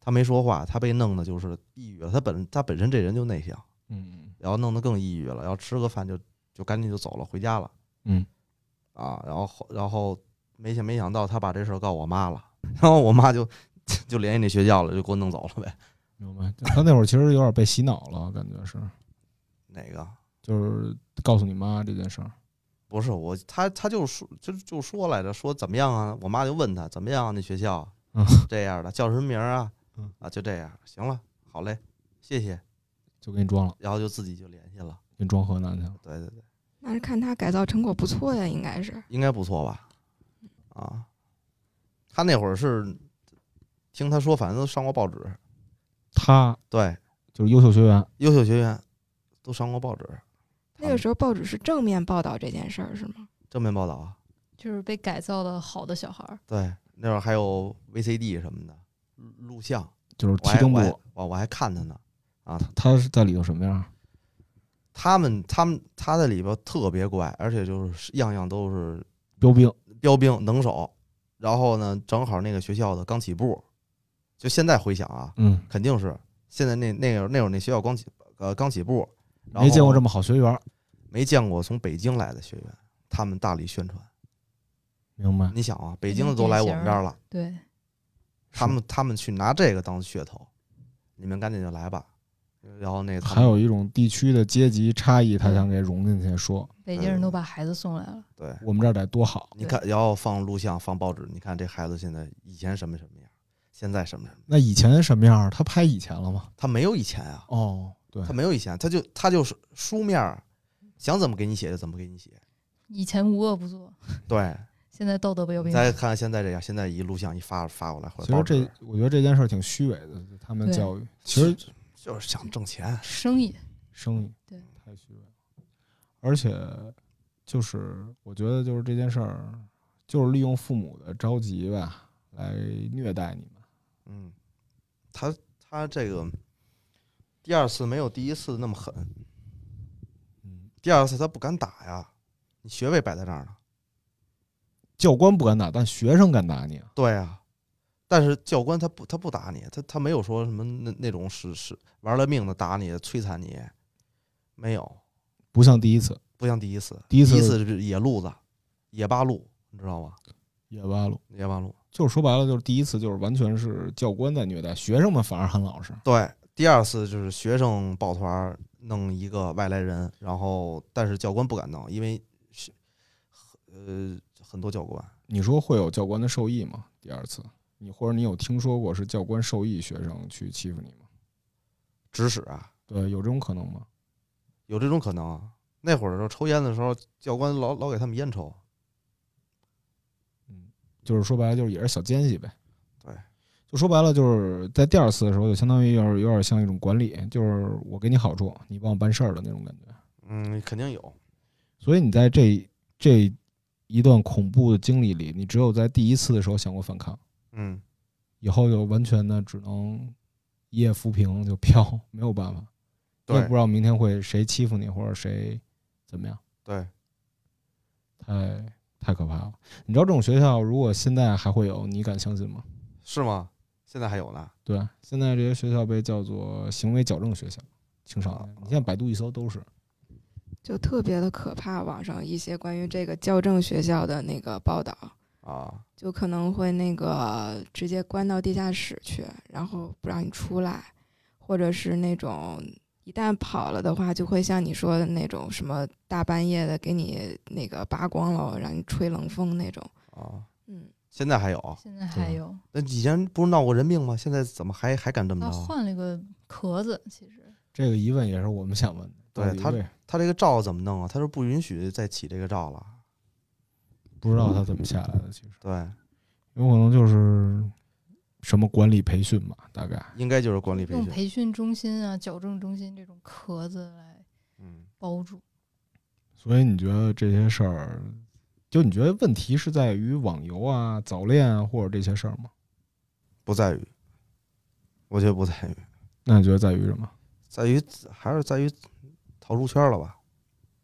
S2: 他没说话，他被弄的就是抑郁了。他本他本身这人就内向，
S1: 嗯
S2: 然后弄得更抑郁了，然后吃个饭就就赶紧就走了，回家了
S1: 嗯，
S2: 啊。然后后然后没想没想到他把这事儿告我妈了，然后我妈就 就联系那学校了，就给我弄走了呗。
S1: 明白。他那会儿其实有点被洗脑了，感觉是，
S2: 哪个？
S1: 就是告诉你妈这件事儿。
S2: 不是我，他他就说就就说来着，说怎么样啊？我妈就问他怎么样啊？那学校啊
S1: 嗯
S2: 这样的叫什么名儿啊
S1: 嗯？
S2: 啊，就这样，行了，好嘞，谢谢。
S1: 就给你装了，
S2: 然后就自己就联系了，
S1: 给你装河南去了。
S2: 对对对，
S3: 那是看他改造成果不错呀，应该是。
S2: 应该不错吧？啊，他那会儿是听他说，反正都上过报纸，
S1: 他
S2: 对，
S1: 就是优秀学员，
S2: 优秀学员都上过报纸，
S3: 那个时候报纸是正面报道这件事儿是吗？
S2: 正面报道啊，
S4: 就是被改造的好的小孩儿，
S2: 对，那会儿还有 VCD 什么的录录像，
S1: 就是
S2: 我
S1: 踢
S2: 还
S1: 正
S2: 我还
S1: 部。
S2: 我我还看他呢，啊，
S1: 他是在里头什么样？
S2: 他们他们他在里边特别乖，而且就是样样都是
S1: 标兵。
S2: 标兵能手。然后呢，正好那个学校的刚起步，就现在回想啊，
S1: 嗯，
S2: 肯定是现在那那个那会儿那学校刚起呃刚起步，然后
S1: 没见过这么好学员。
S2: 没见过从北京来的学员，他们大力宣传。
S1: 明白。
S2: 你想啊，北京的都来我们这儿了，
S4: 对，
S2: 他们他们去拿这个当噱头，你们赶紧就来吧。然后那个他们嗯
S1: 还有一种地区的阶级差异，他想给融进去，说
S4: 北京人都把孩子送来了，
S2: 对，
S1: 我们这儿得多好。
S2: 你看，然后放录像放报纸，你看这孩子现在以前什么什么样，现在什么什么样，
S1: 那以前什么样儿？他拍以前了吗？
S2: 他没有以前啊。
S1: 哦，对
S2: 他没有以前，他就他就是书面儿，想怎么给你写就怎么给你写。
S4: 以前无恶不作，
S2: 对，
S4: 现在道德标
S2: 你
S4: 兵。
S2: 再看现在这样，现在一录像一发发过来，或
S1: 其实
S2: 者报
S1: 这
S2: 纸，
S1: 我觉得这件事儿挺虚伪的，他们的
S4: 对
S1: 教育其实
S2: 就是想挣钱。
S4: 生意
S1: 生意
S4: 对
S1: 太虚伪了，而且就是我觉得就是这件事儿，就是利用父母的着急吧，来虐待你们。
S2: 嗯，他他这个第二次没有第一次那么狠，
S1: 嗯，
S2: 第二次他不敢打呀，你学位摆在那儿呢。
S1: 教官不敢打，但学生敢打你啊。
S2: 对啊，但是教官他不他不打你，他他没有说什么那那种是是玩了命的打你摧残你，没有，
S1: 不像第一次
S2: 不像第一次，
S1: 第一次
S2: 次是野路子，野八路，你知道吗？
S1: 野八路，
S2: 野八路。
S1: 就是说白了，就是第一次就是完全是教官在虐待，学生们反而很老实。
S2: 对，第二次就是学生抱团儿弄一个外来人，然后但是教官不敢弄，因为是呃很多教官
S1: 你说会有教官的受益吗？第二次，你或者你有听说过是教官受益学生去欺负你吗？
S2: 指使啊，
S1: 对，有这种可能吗？
S2: 有这种可能啊。那会儿的时候抽烟的时候，教官老老给他们烟抽，
S1: 嗯，就是说白了，就是也是小奸细呗。
S2: 对，
S1: 就说白了，就是在第二次的时候，就相当于有点有点像一种管理，就是我给你好处，你帮我办事儿的那种感觉。
S2: 嗯，肯定有。
S1: 所以你在这这一段恐怖的经历里，你只有在第一次的时候想过反抗，
S2: 嗯
S1: 以后就完全的只能一夜浮萍，就飘，没有办法。你也
S2: 对
S1: 不知道明天会谁欺负你，或者谁怎么样，
S2: 对，
S1: 太太可怕了。你知道这种学校如果现在还会有，你敢相信吗？
S2: 是吗？现在还有呢？
S1: 对，啊现在这些学校被叫做行为矫正学校，青少
S2: 哦
S1: 年。你现在百度一搜都是。
S3: 就特别的可怕。网上一些关于这个矫正学校的那个报道，
S2: 啊，
S3: 就可能会那个直接关到地下室去，然后不让你出来，或者是那种一旦跑了的话，就会像你说的那种什么大半夜的给你那个扒光了，让你吹冷风那种。
S2: 啊，
S3: 嗯，
S2: 现在还有？
S4: 现在还
S1: 对
S4: 有，啊
S2: 那以前不是闹过人命吗？现在怎么还还敢这么
S4: 他
S2: 着啊？
S4: 哦换了一个壳子，其实
S1: 这个疑问也是我们想问的。
S2: 对
S1: 到底
S2: 他
S1: 为
S2: 他这个照怎么弄啊？他说不允许再起这个照了。
S1: 不知道他怎么下来的，其实
S2: 对，
S1: 有可能就是什么管理培训吧，大概。
S2: 应该就是管理培
S4: 用
S2: 训。
S4: 培训中心啊、矫正中心这种壳子来
S2: 嗯，
S4: 包住。
S1: 所以你觉得这些事儿，就你觉得问题是在于网游啊、早恋啊，或者这些事儿吗？
S2: 不在于，我觉得不在于，
S1: 那你觉得在于什么？
S2: 在于还是在于逃出圈了吧？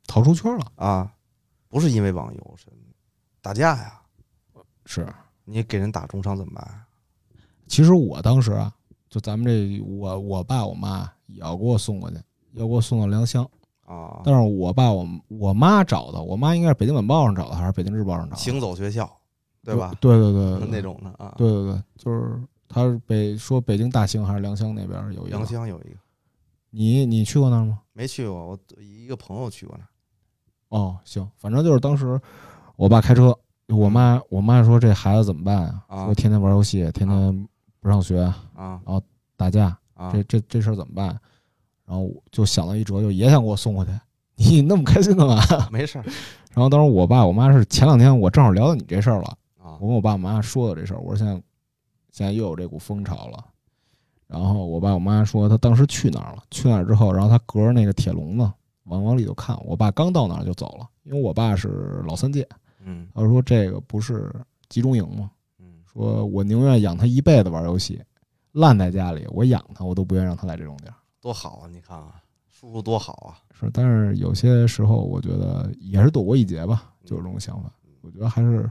S1: 逃出圈了，
S2: 啊，不是因为网游，是打架呀，
S1: 是。
S2: 你给人打重伤怎么办啊？
S1: 其实我当时啊，就咱们这我我爸我妈也要给我送过去，要给我送到良乡。
S2: 啊，
S1: 但是我爸我我妈找的，我妈应该是北京晚报上找的，还是北京日报上找的？
S2: 行走学校，对吧？
S1: 对对对，对
S2: 那种的啊，
S1: 对对对，就是他是北说北京大兴还是良乡那边儿有一
S2: 良
S1: 个。
S2: 乡有一个
S1: 你你去过那儿吗？
S2: 没去过，我一个朋友去过那儿。
S1: 哦，行，反正就是当时我爸开车，我妈我妈说这孩子怎么办呀、
S2: 嗯啊
S1: 说天天玩游戏，天天不上学，
S2: 啊
S1: 打架，
S2: 啊，
S1: 这这这事儿怎么办？然后我就想了一辙，就也想给我送过去。你那么开心干嘛？
S2: 没事儿
S1: 然后当时我爸我妈是前两天我正好聊到你这事儿了，
S2: 啊
S1: 我跟我爸我妈说的这事儿，我说现在现在又有这股风潮了。然后我爸我妈说他当时去那儿了，去那儿之后，然后他隔着那个铁笼子往往里头看，我爸刚到那儿就走了，因为我爸是老三届，
S2: 嗯
S1: 他说这个不是集中营吗？
S2: 嗯
S1: 说我宁愿养他一辈子玩游戏，烂在家里，我养他我都不愿意让他来这种地儿。
S2: 多好啊！你看啊，叔叔多好啊！
S1: 是，但是有些时候我觉得也是躲过一劫吧，就是这种想法。我觉得还是，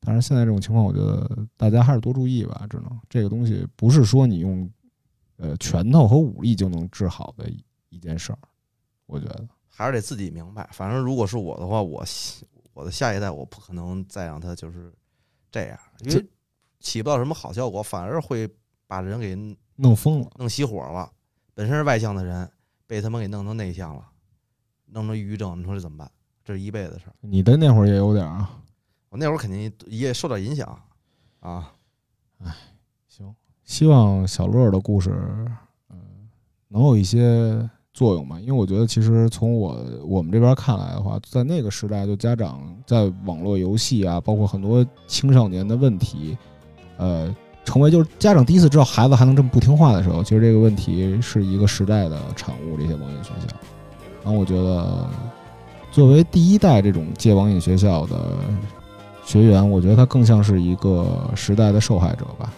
S1: 但是现在这种情况，我觉得大家还是多注意吧。只能这个东西不是说你用呃拳头和武力就能治好的一一件事儿，我觉得
S2: 还是得自己明白。反正如果是我的话，我希我的下一代，我不可能再让他就是这样，因
S1: 这
S2: 为起不到什么好效果，反而会把人给弄
S1: 弄疯了。
S2: 熄火了。本身是外向的人，被他们给弄成内向了，弄成抑郁症，你说这怎么办？这是一辈子的事儿。
S1: 你的那会儿也有点儿啊。
S2: 我那会儿肯定也受点影响啊。
S1: 行，希望小乐儿的故事，嗯、能有一些作用吧。因为我觉得，其实从我我们这边看来的话，在那个时代，就家长在网络游戏啊，包括很多青少年的问题，呃，成为就是家长第一次知道孩子还能这么不听话的时候，其实这个问题是一个时代的产物。这些网瘾学校，然后我觉得，作为第一代这种戒网瘾学校的。学员，我觉得他更像是一个时代的受害者吧。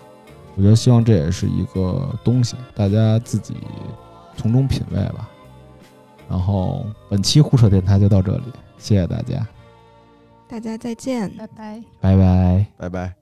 S1: 我觉得希望这也是一个东西，大家自己从中品味吧。然后本期胡扯电台就到这里，谢谢大家，
S3: 大家再见。
S4: 拜拜。
S1: 拜拜。
S2: 拜拜。